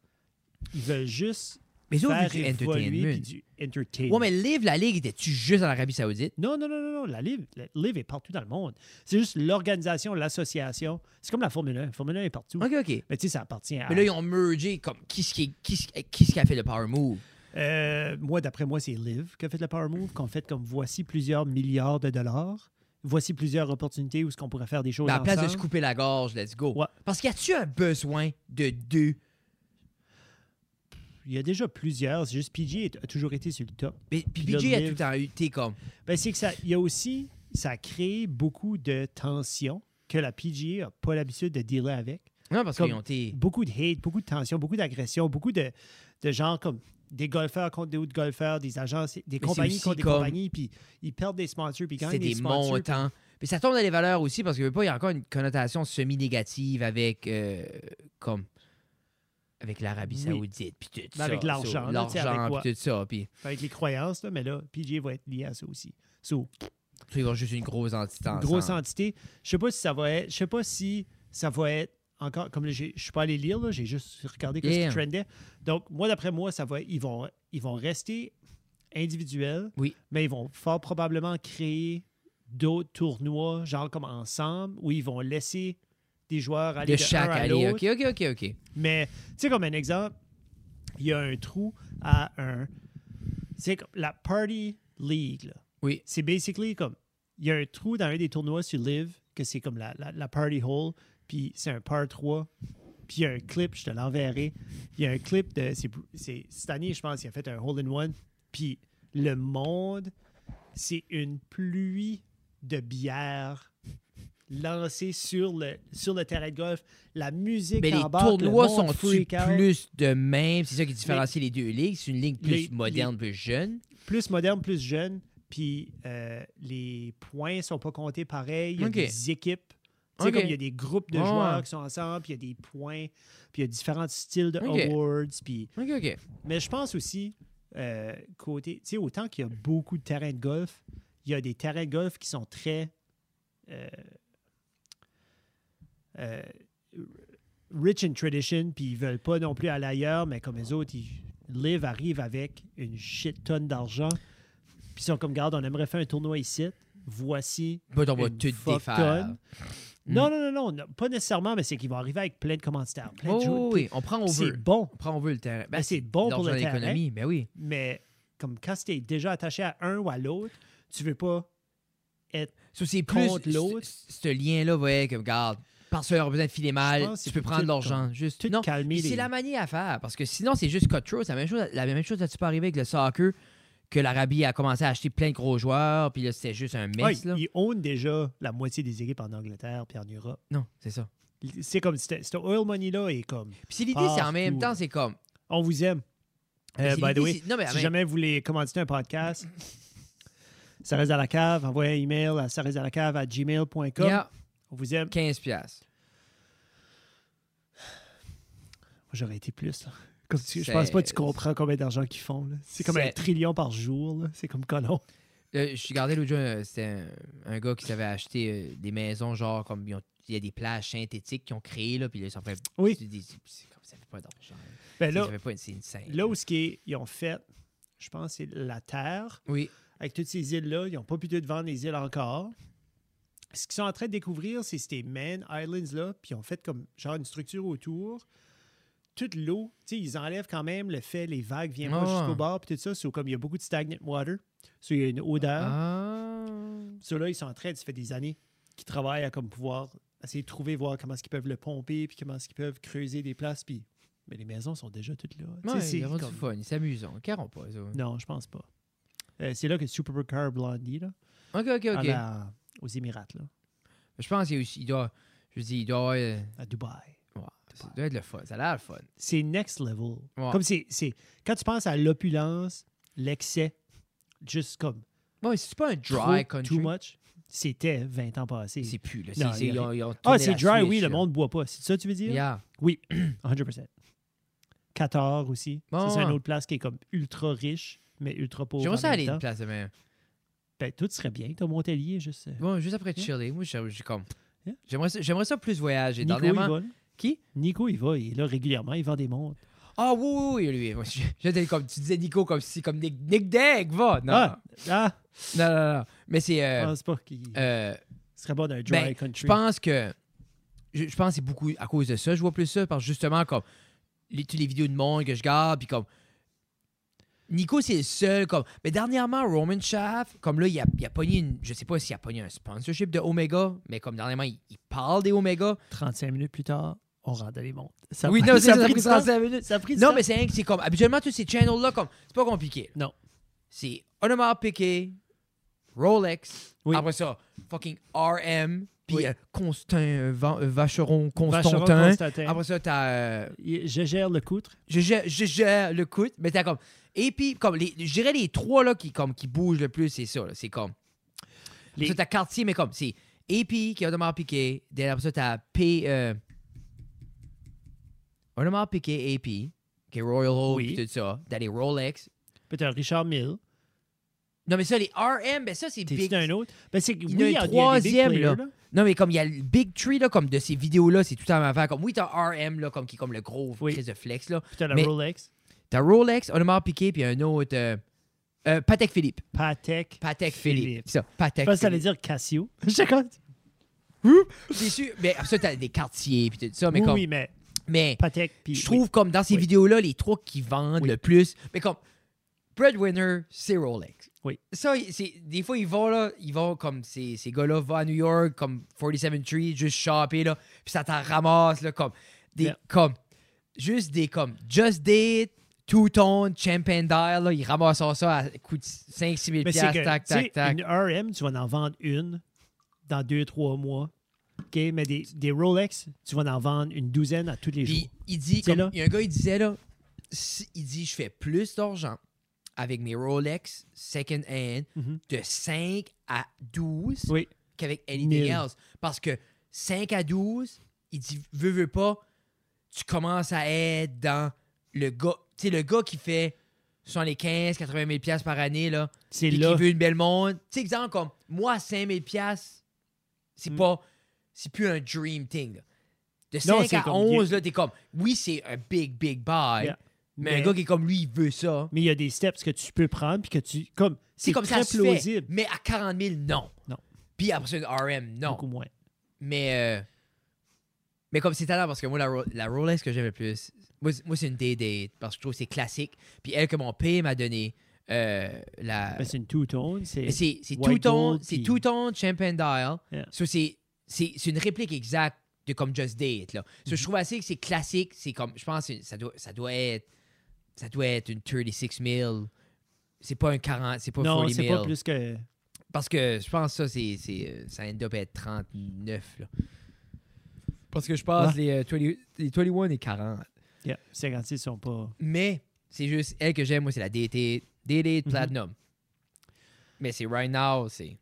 Speaker 3: ils veulent juste
Speaker 1: mais eux autres,
Speaker 3: faire
Speaker 1: c'est du
Speaker 3: évoluer puis
Speaker 1: entertainment.
Speaker 3: du entertainment.
Speaker 1: Ouais, mais Live, la Ligue, était-tu juste en Arabie Saoudite?
Speaker 3: Non, non, non, non, non. La Live, la Live est partout dans le monde. C'est juste l'organisation, l'association. C'est comme la Formule 1. La Formule 1 est partout.
Speaker 1: Ok, ok.
Speaker 3: Mais tu sais, ça appartient à.
Speaker 1: Mais là, ils ont mergé comme qui ce qui, qui, ce- qui ce qui a fait le power move.
Speaker 3: Euh, moi, d'après moi, c'est Liv qui a fait le Power Move, qu'on fait comme voici plusieurs milliards de dollars, voici plusieurs opportunités où ce qu'on pourrait faire des choses
Speaker 1: Ben, à la place de se
Speaker 3: ensemble.
Speaker 1: couper la gorge, let's go.
Speaker 3: Ouais.
Speaker 1: Parce qu'il y a-tu un besoin de deux?
Speaker 3: Il y a déjà plusieurs, c'est juste PG est- a toujours été sur le top.
Speaker 1: Mais- Puis
Speaker 3: Puis là,
Speaker 1: BJ a tout
Speaker 3: Liv-
Speaker 1: le temps eu, t'es comme.
Speaker 3: Ben, c'est que ça, il y a aussi, ça a créé beaucoup de tensions que la PGA n'a pas l'habitude de dealer avec.
Speaker 1: Non, parce
Speaker 3: Comme-
Speaker 1: qu'ils ont été.
Speaker 3: Beaucoup de hate, beaucoup de tensions, beaucoup d'agressions, beaucoup de, de gens comme des golfeurs contre des autres golfeurs, des agences, des
Speaker 1: c'est
Speaker 3: compagnies
Speaker 1: aussi
Speaker 3: contre des
Speaker 1: comme-
Speaker 3: compagnies, puis ils perdent des sponsors, puis ils gagnent
Speaker 1: C'est des
Speaker 3: sponsors. puis-
Speaker 1: montants. Mais ça tombe dans les valeurs aussi parce qu'il veut pas, il y a encore une connotation semi-négative avec euh, comme avec l'Arabie
Speaker 3: Oui. Ben,
Speaker 1: Saoudite puis tout ça.
Speaker 3: avec l'argent,
Speaker 1: ça,
Speaker 3: là, tu sais, avec
Speaker 1: L'argent
Speaker 3: quoi?
Speaker 1: puis tout ça puis
Speaker 3: avec les croyances, là, mais là, PGA va être lié à ça aussi. So,
Speaker 1: ça, ils vont juste une grosse entité
Speaker 3: une
Speaker 1: ensemble.
Speaker 3: grosse entité. Je sais pas si ça va être. Je sais pas si ça va être encore. Comme j'ai- je suis pas allé lire, là, j'ai juste regardé qu'est-ce
Speaker 1: Yeah.
Speaker 3: qui trendait. Donc, moi, d'après moi, ça va. Ils vont, ils vont rester individuels,
Speaker 1: Oui.
Speaker 3: mais ils vont fort probablement créer d'autres tournois, genre comme ensemble, où ils vont laisser des joueurs aller
Speaker 1: de
Speaker 3: de,
Speaker 1: chaque
Speaker 3: un à
Speaker 1: année.
Speaker 3: l'autre.
Speaker 1: OK, OK, OK, OK.
Speaker 3: Mais tu sais, comme un exemple, il y a un trou à un. C'est comme la Party League. là.
Speaker 1: Oui.
Speaker 3: C'est basically comme. Il y a un trou dans un des tournois sur Live, que c'est comme la, la, la Party Hole, puis c'est un par 3 Puis il y a un clip, je te l'enverrai. Il y a un clip de. c'est- c'est- cette année, je pense, il a fait un hole-in-one. Puis le monde, c'est une pluie de bière lancée sur le, sur le terrain de golf. La musique
Speaker 1: Mais les
Speaker 3: embarque, le
Speaker 1: tournois
Speaker 3: monde
Speaker 1: sont
Speaker 3: freak out.
Speaker 1: plus de même. C'est ça qui différencie les deux ligues. C'est une ligue plus
Speaker 3: les-
Speaker 1: moderne, plus jeune.
Speaker 3: plus moderne, plus jeune. Puis euh, les points sont pas comptés pareil. Il y a
Speaker 1: Ok.
Speaker 3: des équipes. Tu sais,
Speaker 1: Ok. Ah.
Speaker 3: comme il y a des groupes de
Speaker 1: Ouais.
Speaker 3: joueurs qui sont ensemble, puis il y a des points, puis il y a différents styles de
Speaker 1: Ok.
Speaker 3: awards. Puis...
Speaker 1: OK, OK.
Speaker 3: Mais je pense aussi, euh, côté, tu sais, autant qu'il y a beaucoup de terrains de golf, il y a des terrains de golf qui sont très euh, euh, rich in tradition, puis ils veulent pas non plus aller ailleurs, mais comme les autres, ils live arrive avec une shit tonne d'argent. Puis ils sont comme, garde, on aimerait faire un tournoi ici. Voici.
Speaker 1: Bon, Bah, on va
Speaker 3: une
Speaker 1: tout
Speaker 3: fuck
Speaker 1: défaire. Hmm.
Speaker 3: tonne. Non, non, non, non, non, pas nécessairement, mais c'est qu'ils vont arriver avec plein de commanditaires, plein de
Speaker 1: Oh,
Speaker 3: joueurs.
Speaker 1: oui, on prend, on
Speaker 3: Puis C'est
Speaker 1: veut.
Speaker 3: bon,
Speaker 1: On prend, on veut le terrain.
Speaker 3: Ben, c'est bon pour
Speaker 1: l'argent
Speaker 3: le
Speaker 1: de l'économie. Ben oui.
Speaker 3: mais comme quand tu es déjà attaché à un ou à l'autre, tu veux pas être.
Speaker 1: So, c'est plus
Speaker 3: Contre l'autre.
Speaker 1: c- c- Ce lien-là, ouais, que regarde, parce qu'il y aura besoin de filer
Speaker 3: Je
Speaker 1: mal,
Speaker 3: pense
Speaker 1: tu
Speaker 3: que c'est
Speaker 1: peux prendre de
Speaker 3: tout
Speaker 1: l'argent. Juste.
Speaker 3: tout
Speaker 1: Non,
Speaker 3: calmer
Speaker 1: mais
Speaker 3: les-
Speaker 1: c'est la manière à faire, parce que sinon, c'est juste cutthroat. C'est la même chose, la même chose que tu peux arriver avec le soccer, que l'Arabie a commencé à acheter plein de gros joueurs, puis là, c'était juste un
Speaker 3: Ouais,
Speaker 1: mess. là.
Speaker 3: ils ownent déjà la moitié des équipes en Angleterre puis en Europe.
Speaker 1: Non, c'est ça.
Speaker 3: C'est comme, c'était- ce oil money-là est comme,
Speaker 1: Puis c'est l'idée, c'est en même
Speaker 3: Partout.
Speaker 1: temps, c'est comme.
Speaker 3: on vous aime.
Speaker 1: Mais
Speaker 3: Euh,
Speaker 1: c'est
Speaker 3: by the
Speaker 1: l'idée,
Speaker 3: way,
Speaker 1: c'est- non, mais,
Speaker 3: Si
Speaker 1: mais-
Speaker 3: jamais vous voulez commanditer un podcast, ça reste à la cave. Envoyez un email à ça reste à la cave à gmail.com.
Speaker 1: Yeah,
Speaker 3: On vous aime.
Speaker 1: 15 piastres.
Speaker 3: J'aurais été plus. là. Comme tu- je
Speaker 1: C'est-
Speaker 3: pense pas que tu comprends combien d'argent qu'ils font. là. C'est comme un
Speaker 1: C'est-
Speaker 3: trillion par jour. là. C'est comme colon.
Speaker 1: Euh, je regardais l'autre jour, euh, c'était un, un gars qui s'avait acheté euh, des maisons, genre, comme ils ont- il y a des plages synthétiques qu'ils ont créées, là, puis là, ils s'en fait.
Speaker 3: Oui.
Speaker 1: tu dis, c'est comme ça fait pas d'argent.
Speaker 3: Ben là,
Speaker 1: Ça fait pas- c'est insane.
Speaker 3: là où ce qui est- ils ont fait, je pense, c'est la terre.
Speaker 1: Oui.
Speaker 3: Avec toutes ces îles-là, ils n'ont pas pu tout vendre les îles encore. Ce qu'ils sont en train de découvrir, c'est ces main islands-là, puis ils ont fait comme genre une structure autour. Toute l'eau, tu sais, ils enlèvent quand même le fait, les vagues viennent pas
Speaker 1: Ah.
Speaker 3: jusqu'au bord, puis tout ça. C'est comme il y a beaucoup de stagnant water. So, il y a une odeur.
Speaker 1: Ah.
Speaker 3: Ceux-là, ils sont en train, ça fait des années, qu'ils travaillent à comme pouvoir essayer de trouver, voir comment est-ce qu'ils peuvent le pomper, puis comment est-ce qu'ils peuvent creuser des places, puis. Mais les maisons sont déjà toutes là. Tu sais,
Speaker 1: Ouais,
Speaker 3: c'est
Speaker 1: ils auront
Speaker 3: comme-
Speaker 1: du fun, ils s'amusent. Carrons pas, ça.
Speaker 3: Non, je pense pas. Euh, c'est là que Supercar Blondie, là,
Speaker 1: Ok, ok,
Speaker 3: à
Speaker 1: ok.
Speaker 3: la- aux Émirats, là,
Speaker 1: Je pense qu'il y a aussi- il doit. Je dis, il doit. avoir, euh,
Speaker 3: à Dubaï.
Speaker 1: ouais, ça doit être le fun. Ça a l'air le fun.
Speaker 3: C'est next level.
Speaker 1: Ouais.
Speaker 3: Comme c'est, c'est- Quand tu penses à l'opulence, l'excès, juste comme
Speaker 1: Bon, c'est pas un dry
Speaker 3: trop,
Speaker 1: country.
Speaker 3: too much, c'était 20 ans passés.
Speaker 1: C'est plus, là.
Speaker 3: Non,
Speaker 1: C'est- c'est-
Speaker 3: il y
Speaker 1: ils
Speaker 3: a-
Speaker 1: ont- ils ont
Speaker 3: Ah,
Speaker 1: tourné
Speaker 3: c'est
Speaker 1: la
Speaker 3: dry, oui,
Speaker 1: switch,
Speaker 3: le
Speaker 1: là.
Speaker 3: monde boit pas. C'est ça que tu veux dire?
Speaker 1: Yeah.
Speaker 3: 100%. Qatar aussi. Ça,
Speaker 1: Bon,
Speaker 3: c'est une
Speaker 1: ouais.
Speaker 3: autre place qui est comme ultra riche, mais ultra pauvre.
Speaker 1: Ah. J'aimerais
Speaker 3: en
Speaker 1: ça
Speaker 3: même
Speaker 1: aller à
Speaker 3: temps.
Speaker 1: une place de même.
Speaker 3: Ben, tout serait bien. T'as Montpellier, juste. euh,
Speaker 1: Bon, juste après
Speaker 3: Yeah.
Speaker 1: Chile, moi, j'ai j'ai comme.
Speaker 3: Yeah.
Speaker 1: J'aimerais ça, j'aimerais ça plus voyager.
Speaker 3: Nico, il
Speaker 1: Dernièrement.
Speaker 3: va, là.
Speaker 1: Qui
Speaker 3: Nico, il va. Il est là régulièrement. Il vend des montres.
Speaker 1: Ah, oui, oui, oui, lui. Moi, je- J'étais comme. Tu disais Nico comme si. Comme Nick, Nick Degg, va. Non,
Speaker 3: Ah, ah,
Speaker 1: non, non, non, non. Mais c'est.
Speaker 3: je
Speaker 1: euh,
Speaker 3: pense pas qu'il
Speaker 1: euh,
Speaker 3: serait bon d'un dry
Speaker 1: Ben,
Speaker 3: country.
Speaker 1: Je pense que. Je, je pense que c'est beaucoup à cause de ça. Je vois plus ça parce que justement, comme. Les, toutes les vidéos de monde que je garde, puis comme. Nico, c'est le seul. Comme, mais dernièrement, Roman Shaft, comme là, il a, il a pogné une. Je sais pas s'il a pogné un sponsorship de Omega, mais comme dernièrement, il, il parle des Omega.
Speaker 3: 35 minutes plus tard, on rendait les montres. Ça
Speaker 1: oui,
Speaker 3: a
Speaker 1: non,
Speaker 3: *laughs* pris-
Speaker 1: c'est ça,
Speaker 3: a
Speaker 1: ça a pris
Speaker 3: pris du temps.
Speaker 1: 35 minutes.
Speaker 3: Ça a pris du
Speaker 1: Non,
Speaker 3: temps.
Speaker 1: mais c'est rien que c'est comme. Habituellement, tous ces channels-là, comme. C'est pas compliqué.
Speaker 3: Non.
Speaker 1: C'est Audemars Piquet, Rolex,
Speaker 3: Oui.
Speaker 1: après ça, fucking RM, puis
Speaker 3: Oui.
Speaker 1: euh, Constant, euh, Va- euh, Vacheron, Constantin.
Speaker 3: Vacheron Constantin.
Speaker 1: hein. Après ça, t'as. euh,
Speaker 3: Il- Je gère le coutre.
Speaker 1: je, gère- je gère le coude, mais t'as comme. Et puis, comme, les, je dirais les trois là, qui, comme, qui bougent le plus, c'est ça. là, C'est comme. Après
Speaker 3: Les-
Speaker 1: ça, t'as Cartier, mais comme, c'est AP qui a Audemars Piquet. Puis Après ça, t'as P. Euh, Audemars Piquet, AP, qui est Royal Oak,
Speaker 3: Oui.
Speaker 1: puis tout ça. T'as les Rolex.
Speaker 3: Peut-être un Richard Mille.
Speaker 1: Non, mais ça, les RM, ben ça, c'est
Speaker 3: T'es-tu
Speaker 1: big.
Speaker 3: d'un autre? Ben, c'est que
Speaker 1: Il y
Speaker 3: oui,
Speaker 1: en a un
Speaker 3: il y a des big
Speaker 1: troisième,
Speaker 3: players,
Speaker 1: là. Non, mais comme il y a le Big Tree, là, comme de ces vidéos-là, c'est tout le temps affaire. Comme, oui, t'as RM, là, comme, qui est comme le gros
Speaker 3: Oui.
Speaker 1: crise de flex, là.
Speaker 3: Puis t'as la
Speaker 1: Mais-
Speaker 3: Rolex.
Speaker 1: T'as Rolex, Audemars Piquet, puis un autre. euh, euh, Patek Philippe.
Speaker 3: Patek.
Speaker 1: Patek
Speaker 3: Philippe.
Speaker 1: Philippe. C'est ça,
Speaker 3: Je
Speaker 1: Patek
Speaker 3: pense que ça allait
Speaker 1: Philippe.
Speaker 3: dire Casio. *laughs* Chacun.
Speaker 1: C'est sûr. Mais après Ben, ça, t'as des quartiers, puis tout ça. Mais
Speaker 3: oui,
Speaker 1: comme.
Speaker 3: oui, mais
Speaker 1: Mais
Speaker 3: Patek. Puis,
Speaker 1: je trouve comme dans ces
Speaker 3: Oui.
Speaker 1: vidéos-là, les trucs qui vendent
Speaker 3: Oui.
Speaker 1: le plus. Mais comme. Breadwinner, c'est Rolex.
Speaker 3: Oui.
Speaker 1: Ça, c'est, des fois, ils vont là, ils vont comme ces, ces gars-là vont à New York, comme 47 Street, juste shopper, là, puis ça t'en ramasse, là, comme. des
Speaker 3: Yeah.
Speaker 1: comme. Juste des comme. Just Date, Two Tone, Champion Dial, là, ils ramassent ça à coût de 5-6 000
Speaker 3: Mais c'est que,
Speaker 1: piastres, tac,
Speaker 3: tu sais,
Speaker 1: tac, tac.
Speaker 3: une RM, tu vas en vendre une dans deux, trois mois. OK? Mais des, des Rolex, tu vas en vendre une douzaine à tous les jours.
Speaker 1: Puis il dit,
Speaker 3: C'est
Speaker 1: comme-
Speaker 3: là.
Speaker 1: il y a un gars, il disait là, si- il dit, je fais plus d'argent avec mes Rolex second hand
Speaker 3: Mhm.
Speaker 1: de 5 à 12
Speaker 3: Oui.
Speaker 1: qu'avec anything
Speaker 3: Mille.
Speaker 1: else. Parce que 5 à 12, il dit, veux, veux pas, tu commences à être dans le gars, tu sais, le gars qui fait sont les 15, 80 000 piastres par année, là,
Speaker 3: C'est
Speaker 1: et
Speaker 3: là.
Speaker 1: qui veut une belle monde. Tu sais, exemple, comme moi, 5 000 piastres, c'est
Speaker 3: Mm.
Speaker 1: pas, c'est plus un dream thing. là. De
Speaker 3: Non,
Speaker 1: 5
Speaker 3: c'est
Speaker 1: à
Speaker 3: comme-
Speaker 1: 11, là, t'es comme, oui, c'est un big, big buy,
Speaker 3: Yeah.
Speaker 1: mais,
Speaker 3: Mais-
Speaker 1: un gars qui est comme lui, il veut ça.
Speaker 3: Mais il y a des steps que tu peux prendre puis que tu. Comme,
Speaker 1: C'est
Speaker 3: c'est
Speaker 1: comme
Speaker 3: très
Speaker 1: ça, se fait,
Speaker 3: plausible.
Speaker 1: mais à 40 000, non.
Speaker 3: Non.
Speaker 1: Puis après ça, une RM, non.
Speaker 3: Beaucoup moins.
Speaker 1: Mais, euh, mais comme c'est talent, parce que moi, la, Ro- la Rolex que j'aime le plus, moi, c'est- moi, c'est une Day-Date, parce que je trouve que c'est classique. Puis elle que mon père m'a donné, euh, la,
Speaker 3: Ben, c'est une two-tone. C'est
Speaker 1: Mais c'est c'est
Speaker 3: White
Speaker 1: tout ton,
Speaker 3: Gold,
Speaker 1: c'est
Speaker 3: puis-
Speaker 1: tout ton Champion Dial.
Speaker 3: Yeah.
Speaker 1: So, hein. c'est c'est c'est une réplique exacte de comme Just Date là. So, je trouve assez que c'est classique, c'est comme je pense que c'est- ça doit ça doit être ça doit être une 36 000. C'est pas un 40, c'est pas
Speaker 3: non,
Speaker 1: 40
Speaker 3: c'est
Speaker 1: 000.
Speaker 3: pas plus que.
Speaker 1: Parce que je pense que ça c'est c'est euh, ça end up être 39 là. Parce que je pense les, euh, 20 les 21 et 40.
Speaker 3: Yeah, 56 sont pas.
Speaker 1: Mais c'est juste elle que j'aime, moi c'est la DT, DT
Speaker 3: Mhm.
Speaker 1: Platinum. Mais c'est Right Now, c'est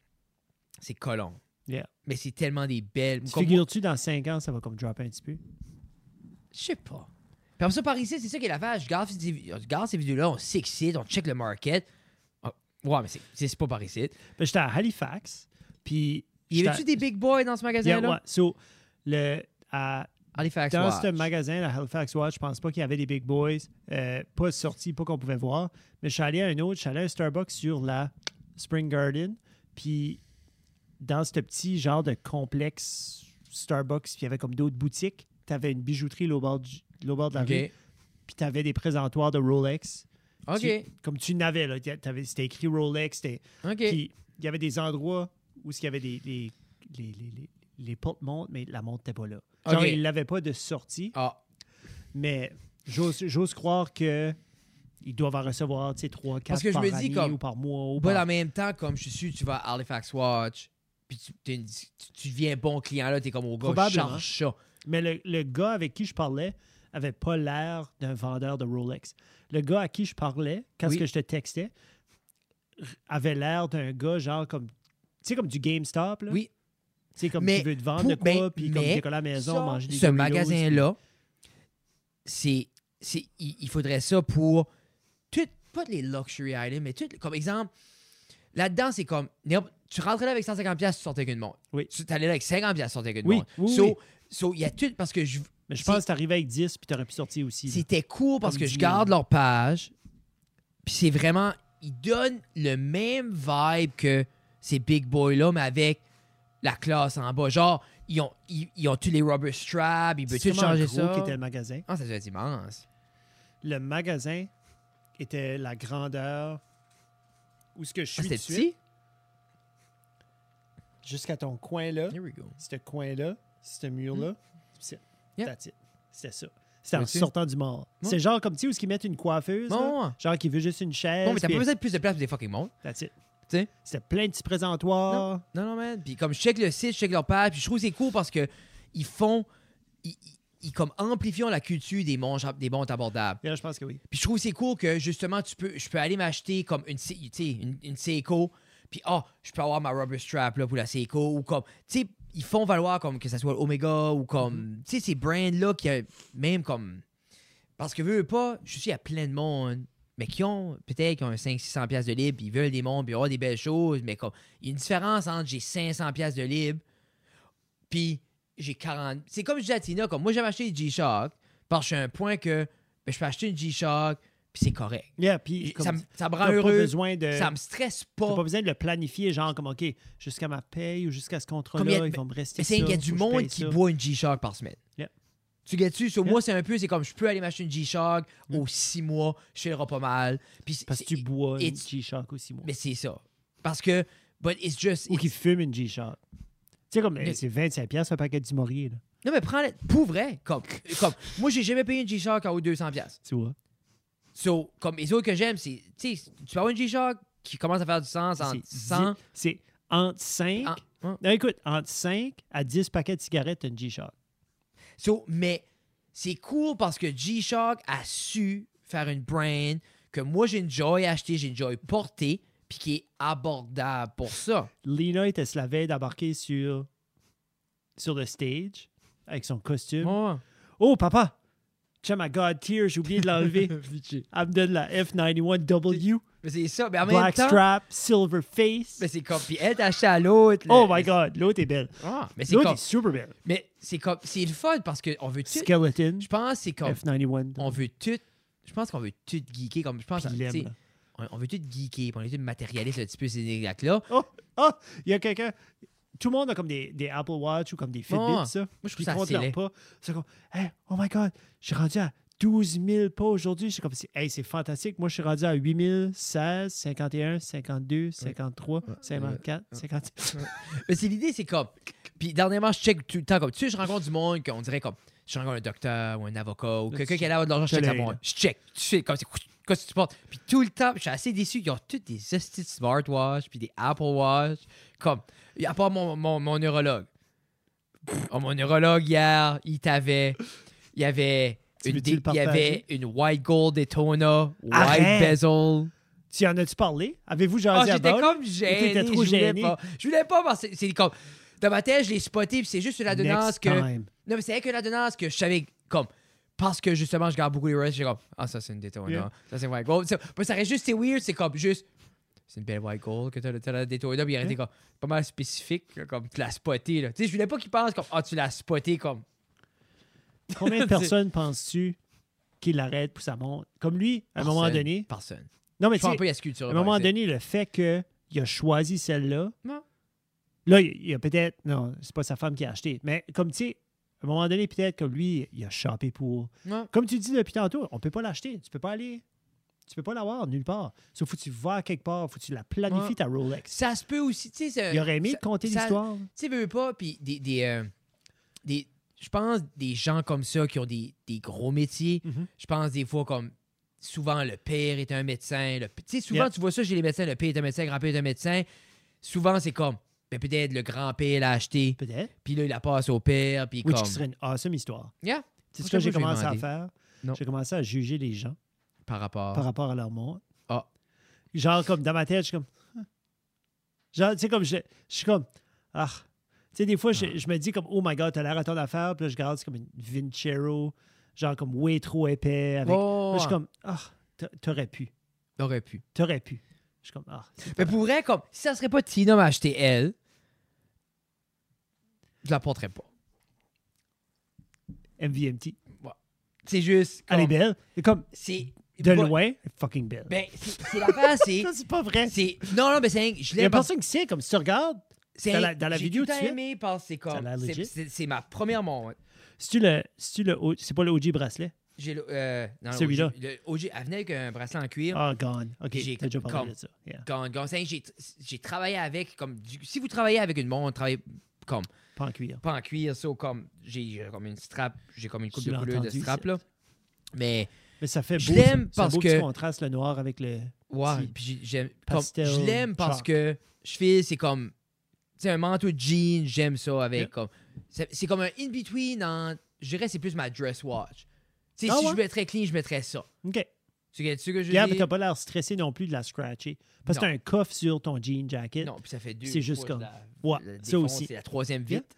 Speaker 1: c'est colon.
Speaker 3: Yeah.
Speaker 1: Mais c'est tellement des belles.
Speaker 3: Tu
Speaker 1: comme moi,
Speaker 3: figures-tu dans 5 ans, ça va comme dropper un petit peu?
Speaker 1: je sais pas. Puis après ça, par ici, c'est ça qui est l'affaire. Je garde, ces- je garde ces vidéos-là, on s'excite, on check le market. Ah, ouais, mais c'est- c'est c'est pas par ici.
Speaker 3: Ben, j'étais à Halifax, puis.
Speaker 1: Y
Speaker 3: j'étais-
Speaker 1: avait-tu des big boys dans ce
Speaker 3: Yeah,
Speaker 1: magasin-là?
Speaker 3: ouais. So, le, à-
Speaker 1: Halifax
Speaker 3: dans
Speaker 1: Watch.
Speaker 3: ce magasin, la Halifax Watch, je pense pas qu'il y avait des Big Boys, euh, pas sortis, pas qu'on pouvait voir. Mais je suis allé à un autre, je suis allé à un Starbucks sur la Spring Garden, puis dans ce petit genre de complexe Starbucks, puis il y avait comme d'autres boutiques, tu avais une bijouterie là au bord, du- là au bord de la
Speaker 1: OK.
Speaker 3: rue, puis tu avais des présentoirs de Rolex.
Speaker 1: OK.
Speaker 3: Tu- comme tu n'avais, là, t'a- t'avais- c'était écrit Rolex, c'était
Speaker 1: OK.
Speaker 3: puis, il y avait des endroits où il y avait des, des- les, les, les, les porte-montres, mais la montre n'était pas là. Genre,
Speaker 1: Ok.
Speaker 3: ils l'avaient pas de sortie,
Speaker 1: Ah,
Speaker 3: mais j'ose j'ose croire que ils doivent en recevoir, tu sais, 3, 4
Speaker 1: Parce que je
Speaker 3: par
Speaker 1: me dis
Speaker 3: année
Speaker 1: comme-
Speaker 3: ou par mois. Ou
Speaker 1: Bah,
Speaker 3: par-
Speaker 1: en même temps, comme je suis sûr, tu vas à Halifax Watch, puis tu, t'es une- tu- tu deviens bon client là, t'es comme au gars, je
Speaker 3: Probablement.
Speaker 1: charge ça.
Speaker 3: Mais le, le gars avec qui je parlais avait pas l'air d'un vendeur de Rolex. Le gars à qui je parlais, quand
Speaker 1: Oui.
Speaker 3: ce que je te textais, r- avait l'air d'un gars genre comme, tu sais, comme du GameStop, là.
Speaker 1: Oui.
Speaker 3: Tu sais, comme
Speaker 1: Mais
Speaker 3: tu veux te vendre
Speaker 1: pour-
Speaker 3: de quoi,
Speaker 1: ben,
Speaker 3: puis comme
Speaker 1: mais
Speaker 3: décoller à la maison,
Speaker 1: Ça,
Speaker 3: manger des
Speaker 1: ce
Speaker 3: Doritos,
Speaker 1: magasin-là, c'est, c'est, il, il faudrait ça pour toutes, pas les luxury items, mais toutes, comme exemple, là-dedans, c'est comme, n'importe- tu rentrais là avec 150$, tu sortais qu'une montre.
Speaker 3: Oui.
Speaker 1: Tu t'allais là avec 50$, tu sortais qu'une
Speaker 3: Oui,
Speaker 1: montre.
Speaker 3: oui,
Speaker 1: so,
Speaker 3: oui.
Speaker 1: so, il y a tout, parce que je,
Speaker 3: Mais je
Speaker 1: C'est-
Speaker 3: pense que t'arrivais avec 10 puis t'aurais pu sortir aussi. là.
Speaker 1: c'était court parce
Speaker 3: Comme
Speaker 1: que
Speaker 3: dit,
Speaker 1: je garde leur page. Puis c'est vraiment. Ils donnent le même vibe que ces big boys-là, mais avec la classe en bas. Genre, ils ont, ils, ils ont tous les rubber straps, ils peuvent
Speaker 3: C'est
Speaker 1: tout
Speaker 3: vraiment
Speaker 1: changer
Speaker 3: gros
Speaker 1: ça.
Speaker 3: qui était le magasin.
Speaker 1: Ah, ça doit être immense.
Speaker 3: Le magasin était la grandeur où ce que je
Speaker 1: Ah,
Speaker 3: suis
Speaker 1: c'était
Speaker 3: de suite,
Speaker 1: petit?
Speaker 3: jusqu'à ton coin là,
Speaker 1: Here we go.
Speaker 3: ce coin là, ce mur là, c'est
Speaker 1: Yeah.
Speaker 3: that's it. C'était ça. C'était en
Speaker 1: Hmm. Vois-tu?
Speaker 3: sortant du mall.
Speaker 1: Ouais.
Speaker 3: C'est genre comme tu sais où ce qu'ils mettent une coiffeuse,
Speaker 1: Ouais,
Speaker 3: là,
Speaker 1: ouais.
Speaker 3: genre qui veut juste une chaise.
Speaker 1: Bon, mais t'as
Speaker 3: puis-
Speaker 1: pas besoin de plus de place pour des fucking mondes.
Speaker 3: that's it.
Speaker 1: Tu sais?
Speaker 3: C'était plein de petits présentoirs.
Speaker 1: Non, non, man. Puis comme je check le site, je check leur page, puis je trouve que c'est cool parce que ils font. Ils, ils- ils comme amplifiant la culture des montres, des montres abordables.
Speaker 3: Et là, je pense que oui.
Speaker 1: Puis je trouve que c'est cool que justement tu peux je peux aller m'acheter comme une Se- tu sais, une, une Seiko puis ah, je peux avoir ma rubber strap là pour la Seiko ou comme tu sais ils font valoir comme que ça soit Omega ou comme tu sais ces brands là qui euh, même comme parce que veux veux pas, je suis à plein de monde mais qui ont peut-être qui ont un 5 600 pièces de libre, puis ils veulent des montres, puis ils ont des belles choses mais comme il y a une différence entre j'ai 500 pièces de libre puis j'ai 40. C'est comme je dis à Tina, comme moi j'avais acheté une G-Shock, parce que j'ai un point que ben, je peux acheter une G-Shock, puis c'est correct.
Speaker 3: Yeah, puis comme
Speaker 1: Ça me, ça me
Speaker 3: t'as
Speaker 1: rend
Speaker 3: pas
Speaker 1: heureux,
Speaker 3: besoin de
Speaker 1: ça me stresse
Speaker 3: T'as
Speaker 1: pas.
Speaker 3: pas besoin de le planifier, genre comme, OK, jusqu'à ma paye ou jusqu'à ce
Speaker 1: Comme il y a-
Speaker 3: contrat-là, ils vont me rester
Speaker 1: Mais c'est
Speaker 3: ça,
Speaker 1: qu'il y a du
Speaker 3: faut que je paye
Speaker 1: monde qui
Speaker 3: ça.
Speaker 1: boit une G-Shock par semaine.
Speaker 3: Yeah.
Speaker 1: Tu gagnes-tu? Sur
Speaker 3: Yeah. Mm.
Speaker 1: moi, c'est un peu, c'est comme je peux aller m'acheter une G-Shock aux 6 mois, je fais le repas mal. Puis c'est-
Speaker 3: Parce que
Speaker 1: c'est-
Speaker 3: tu bois
Speaker 1: et
Speaker 3: une
Speaker 1: tu-
Speaker 3: G-Shock aussi, moi.
Speaker 1: Mais c'est ça. Parce que, but it's just.
Speaker 3: Ou
Speaker 1: it's-
Speaker 3: qui fume une G-Shock. Tu sais, comme,
Speaker 1: Mais-
Speaker 3: c'est 25$ piastres, un paquet de Dimorier, là.
Speaker 1: Non, mais prends-le pour vrai. Comme, comme, moi, j'ai jamais payé une G-Shock en haut de 200$. piastres.
Speaker 3: Tu vois.
Speaker 1: So, comme les autres que j'aime, c'est. Tu sais, tu vas avoir une G-Shock qui commence à faire du sens en
Speaker 3: C'est
Speaker 1: 100.
Speaker 3: dix- C'est entre 5.
Speaker 1: en- hein.
Speaker 3: écoute, entre 5 à 10 paquets de cigarettes, t'as une G-Shock.
Speaker 1: So, mais c'est cool parce que G-Shock a su faire une brand que moi, j'ai une Joy achetée, j'ai une Joy portée, puis qui est abordable pour ça.
Speaker 3: Lena était se la veille d'embarquer sur, sur le stage avec son costume. *laughs*
Speaker 1: Ouais.
Speaker 3: Oh, papa! Tiens, my God, tears, j'ai oublié
Speaker 1: *laughs*
Speaker 3: de l'enlever. Elle me donne la F91W,
Speaker 1: Mais c'est ça, mais en même
Speaker 3: black
Speaker 1: temps.
Speaker 3: strap, silver face.
Speaker 1: Mais c'est comme. Puis elle t'a acheté à l'autre. le-
Speaker 3: Oh my God, l'autre est belle.
Speaker 1: Ah, mais c'est
Speaker 3: L'autre
Speaker 1: comme.
Speaker 3: est super belle.
Speaker 1: Mais c'est comme. C'est le fun parce qu'on veut tout.
Speaker 3: Skeleton,
Speaker 1: Je pense que c'est comme.
Speaker 3: F91.
Speaker 1: On veut tout. Je pense qu'on veut tout geeker. Comme je pense.
Speaker 3: Puis il aime,
Speaker 1: tu sais,
Speaker 3: là.
Speaker 1: On, on veut tout geeker. puis On est tout matérialiste un petit peu ces négacs-là.
Speaker 3: Oh, oh, il y a quelqu'un. Tout le monde a comme des, des Apple Watch ou comme des Fitbit,
Speaker 1: Ouais.
Speaker 3: ça. Moi,
Speaker 1: je trouve ça assez laid.
Speaker 3: pas. C'est comme, hey, oh my God, je suis rendu à 12 000 pas aujourd'hui. Je suis comme, hey, c'est fantastique. Moi, je suis rendu à 8 000, 16, 51, 52, 53, 54, 56.
Speaker 1: Mais c'est l'idée, c'est comme. Puis dernièrement, je check tout le temps. Comme tu sais, je rencontre du monde qu'on dirait comme. Je rencontre un docteur ou un avocat ou
Speaker 3: Là,
Speaker 1: quelqu'un
Speaker 3: tu-
Speaker 1: qui a l'air de l'argent, je
Speaker 3: t'as
Speaker 1: check la
Speaker 3: l'œil,
Speaker 1: montre.
Speaker 3: là.
Speaker 1: Je check. Tu fais comme c'est. Qu'est-ce que tu portes? Puis tout le temps, je suis assez déçu. Ils ont tous des hosties de smartwatch, puis des Apple Watch. Comme. À part mon, mon, mon neurologue. Oh, mon neurologue hier, il t'avait. Il y avait.
Speaker 3: Tu
Speaker 1: Une,
Speaker 3: veux-tu
Speaker 1: dé-
Speaker 3: le
Speaker 1: il y avait
Speaker 3: partager?
Speaker 1: une white gold Daytona, white
Speaker 3: Arrête!
Speaker 1: bezel.
Speaker 3: Tu en as-tu parlé? Avez-vous
Speaker 1: Ah,
Speaker 3: jasé
Speaker 1: j'étais
Speaker 3: about?
Speaker 1: comme gêné.
Speaker 3: t'étais trop
Speaker 1: je voulais
Speaker 3: gêné.
Speaker 1: pas. Je voulais pas parce que c'est- c'est comme. Dans ma tête, je l'ai spoté, puis c'est juste une ordonnance
Speaker 3: Next
Speaker 1: que.
Speaker 3: time.
Speaker 1: Non, mais c'est vrai que l'ordonnance que je savais, comme. Parce que justement, je garde beaucoup les restes, j'ai comme. Ah, ça, c'est une Daytona.
Speaker 3: Yeah.
Speaker 1: Ça, c'est White Gold. Ça, mais ça reste juste, c'est weird, c'est comme juste. C'est une belle White Gold que t'as t'as la Daytona, puis il était comme. Pas mal spécifique, là, comme tu l'as spoté, là. Tu sais, je voulais pas qu'il pense comme. Ah, tu l'as spoté, comme.
Speaker 3: Combien
Speaker 1: *laughs*
Speaker 3: de
Speaker 1: C'est-
Speaker 3: personnes penses-tu qu'il l'arrête pour sa montre? Comme lui, à un moment
Speaker 1: Personne.
Speaker 3: donné.
Speaker 1: Personne.
Speaker 3: Non, mais
Speaker 1: Je
Speaker 3: tu
Speaker 1: pense
Speaker 3: sais,
Speaker 1: pas, il y a ce culture.
Speaker 3: à un moment donné, le fait qu'il a choisi celle-là,
Speaker 1: Non.
Speaker 3: là, il il a peut-être. Non, c'est pas sa femme qui a acheté. Mais comme tu sais, à un moment donné, peut-être que lui, il a chopé pour.
Speaker 1: Non.
Speaker 3: Comme tu dis depuis tantôt, on peut pas l'acheter. Tu peux pas aller. Tu peux pas l'avoir nulle part. Sauf faut que tu vas quelque part, faut que tu la planifies
Speaker 1: Ouais.
Speaker 3: ta Rolex.
Speaker 1: Ça se peut aussi, tu sais. c'est-
Speaker 3: Il aurait aimé te conter
Speaker 1: ça-
Speaker 3: l'histoire.
Speaker 1: tu sais, veux, veux pas, puis des, des, euh, des- je pense des gens comme ça qui ont des, des gros métiers,
Speaker 3: Mhm.
Speaker 1: je pense des fois comme souvent le père est un médecin, le, p- tu sais, souvent
Speaker 3: Yeah.
Speaker 1: tu vois ça chez les médecins, le père est un médecin, le grand-père est un médecin, souvent c'est comme, ben, peut-être le grand-père l'a acheté,
Speaker 3: Peut-être.
Speaker 1: puis là il la passe au père, puis
Speaker 3: Oui,
Speaker 1: comme,
Speaker 3: ce serait une awesome histoire.
Speaker 1: Yeah.
Speaker 3: C'est
Speaker 1: Moi,
Speaker 3: ce que
Speaker 1: je sais pas, je
Speaker 3: j'ai
Speaker 1: vais
Speaker 3: commencé à
Speaker 1: demander.
Speaker 3: faire.
Speaker 1: Non.
Speaker 3: J'ai commencé à juger les gens
Speaker 1: par rapport,
Speaker 3: par rapport à leur montre.
Speaker 1: Ah.
Speaker 3: Genre, comme dans ma tête, je suis comme. Ah. Genre, tu sais, comme je, je suis comme. Ah. Tu sais, des fois, je,
Speaker 1: Ah.
Speaker 3: je me dis comme, oh my god, t'as l'air à ton affaire. Puis là, je regarde, c'est comme une Vincero, genre comme way trop
Speaker 1: Oh.
Speaker 3: épais. Avec... Là, je suis comme, ah, t'a- t'aurais pu.
Speaker 1: aurait pu.
Speaker 3: T'aurais pu. Je suis comme, ah.
Speaker 1: Mais pour vrai, comme, si ça serait pas Tina m'a acheté elle, je la porterais pas.
Speaker 3: MVMT.
Speaker 1: C'est juste,
Speaker 3: Elle est
Speaker 1: comme,
Speaker 3: belle. Et comme,
Speaker 1: c'est,
Speaker 3: de
Speaker 1: bah,
Speaker 3: loin, elle est fucking belle.
Speaker 1: ben, c'est c'est l'affaire, c'est,
Speaker 3: *laughs* Ça, c'est pas vrai.
Speaker 1: C'est- Non, non, mais c'est. Je
Speaker 3: Il y
Speaker 1: l'ai
Speaker 3: a
Speaker 1: parce-
Speaker 3: personne qui sait, comme, si tu regardes,
Speaker 1: c'est-
Speaker 3: dans la- dans la
Speaker 1: j'ai
Speaker 3: vidéo,
Speaker 1: tout le temps
Speaker 3: tu fais-
Speaker 1: aimé parce que c'est
Speaker 3: Ça a
Speaker 1: comme.
Speaker 3: l'air
Speaker 1: c'est-
Speaker 3: legit.
Speaker 1: C'est c'est ma première montre.
Speaker 3: c'est-tu le. C'est-tu le. O- C'est pas le OG bracelet?
Speaker 1: J'ai le. euh, non, le
Speaker 3: Celui-là.
Speaker 1: OG, le OG, elle venait avec un bracelet en cuir.
Speaker 3: Ah, gone. Ok,
Speaker 1: J'ai
Speaker 3: t'as déjà parlé
Speaker 1: comme-
Speaker 3: de ça. Yeah.
Speaker 1: Quand- quand c'est- j'ai j'ai travaillé avec. comme du- Si vous travaillez avec une montre, travaillez comme.
Speaker 3: Pas en cuir.
Speaker 1: Pas en cuir, ça, ou comme. J'ai j'ai comme une strap. J'ai comme une coupe
Speaker 3: Je
Speaker 1: de
Speaker 3: l'ai
Speaker 1: couleur de
Speaker 3: entendu,
Speaker 1: strap,
Speaker 3: ça.
Speaker 1: là. Mais.
Speaker 3: Mais ça fait
Speaker 1: Je
Speaker 3: beau.
Speaker 1: l'aime
Speaker 3: ça. C'est
Speaker 1: parce
Speaker 3: un beau petit
Speaker 1: que-
Speaker 3: contraste le noir avec le.
Speaker 1: Ouais,
Speaker 3: Petit
Speaker 1: puis j'ai- j'aime. comme-
Speaker 3: pastel
Speaker 1: Je l'aime parce
Speaker 3: chalk.
Speaker 1: que je fais, c'est comme. Tu sais, un manteau de jean, j'aime ça avec.
Speaker 3: Yeah.
Speaker 1: comme C'est c'est comme un in-between en. Je dirais, c'est plus ma dress watch. Tu sais,
Speaker 3: Ah
Speaker 1: si
Speaker 3: ouais?
Speaker 1: je mettrais clean, je mettrais ça.
Speaker 3: OK.
Speaker 1: Tu sais ce que je veux
Speaker 3: Regarde,
Speaker 1: dire?
Speaker 3: t'as pas l'air stressé non plus de la scratcher. Parce que
Speaker 1: Non.
Speaker 3: t'as un coffre sur ton jean jacket.
Speaker 1: Non, puis ça fait deux.
Speaker 3: C'est juste
Speaker 1: fois que
Speaker 3: comme-
Speaker 1: je
Speaker 3: Ouais,
Speaker 1: la- la
Speaker 3: ça
Speaker 1: défonce,
Speaker 3: aussi.
Speaker 1: C'est la troisième vite.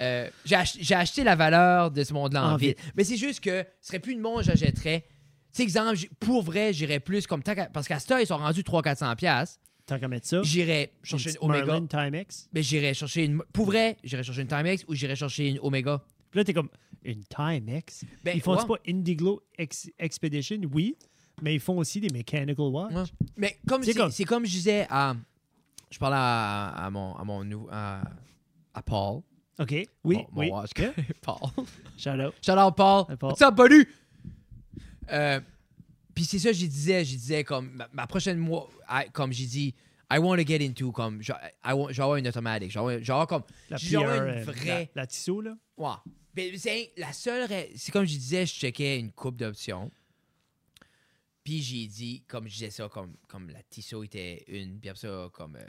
Speaker 1: Euh, j'ai ach- j'ai acheté la valeur de ce monde-là en,
Speaker 3: En
Speaker 1: vite. Mais c'est juste que ce serait plus une montre, j'achèterais. Tu sais, exemple, j'- pour vrai, j'irais plus comme. tac, Parce qu'à ce temps, ils sont rendus 300-400$. piastres.
Speaker 3: Tant qu'à mettre ça.
Speaker 1: J'irais chercher
Speaker 3: une
Speaker 1: une
Speaker 3: petite
Speaker 1: Omega.
Speaker 3: Merlin Timex.
Speaker 1: Mais Ben, j'irais chercher une. Pour vrai, j'irais chercher une Timex ou j'irais chercher une Omega.
Speaker 3: Puis là, t'es comme une Timex.
Speaker 1: Ben,
Speaker 3: ils font
Speaker 1: ouais.
Speaker 3: pas Indiglo Ex- Expedition, oui, mais ils font aussi des Mechanical Watch.
Speaker 1: Ouais. Mais comme
Speaker 3: C'est
Speaker 1: c'est
Speaker 3: comme-
Speaker 1: c'est comme je disais à. Je parlais à, à mon à mon nou- à, à Paul.
Speaker 3: OK. Oui,
Speaker 1: Mon- mon
Speaker 3: oui.
Speaker 1: watch. *laughs* Paul.
Speaker 3: Shout out.
Speaker 1: Shout out Paul.
Speaker 3: Hey, Paul.
Speaker 1: What's up, buddy? Euh, Puis c'est ça, j'y disais, j'y disais comme ma, ma prochaine mois, I- comme j'ai dit, I want to get into, comme je- I want- je vais avoir une automatique, je vais avoir- je vais avoir comme,
Speaker 3: La
Speaker 1: je vais avoir
Speaker 3: PR,
Speaker 1: une
Speaker 3: euh,
Speaker 1: vraie,
Speaker 3: La, la Tissot, là.
Speaker 1: ouais, Ben, c'est la seule ra- C'est comme je disais, je checkais une coupe d'options. Puis j'ai dit, comme je disais ça, comme, comme la Tissot était une, puis après ça, comme euh,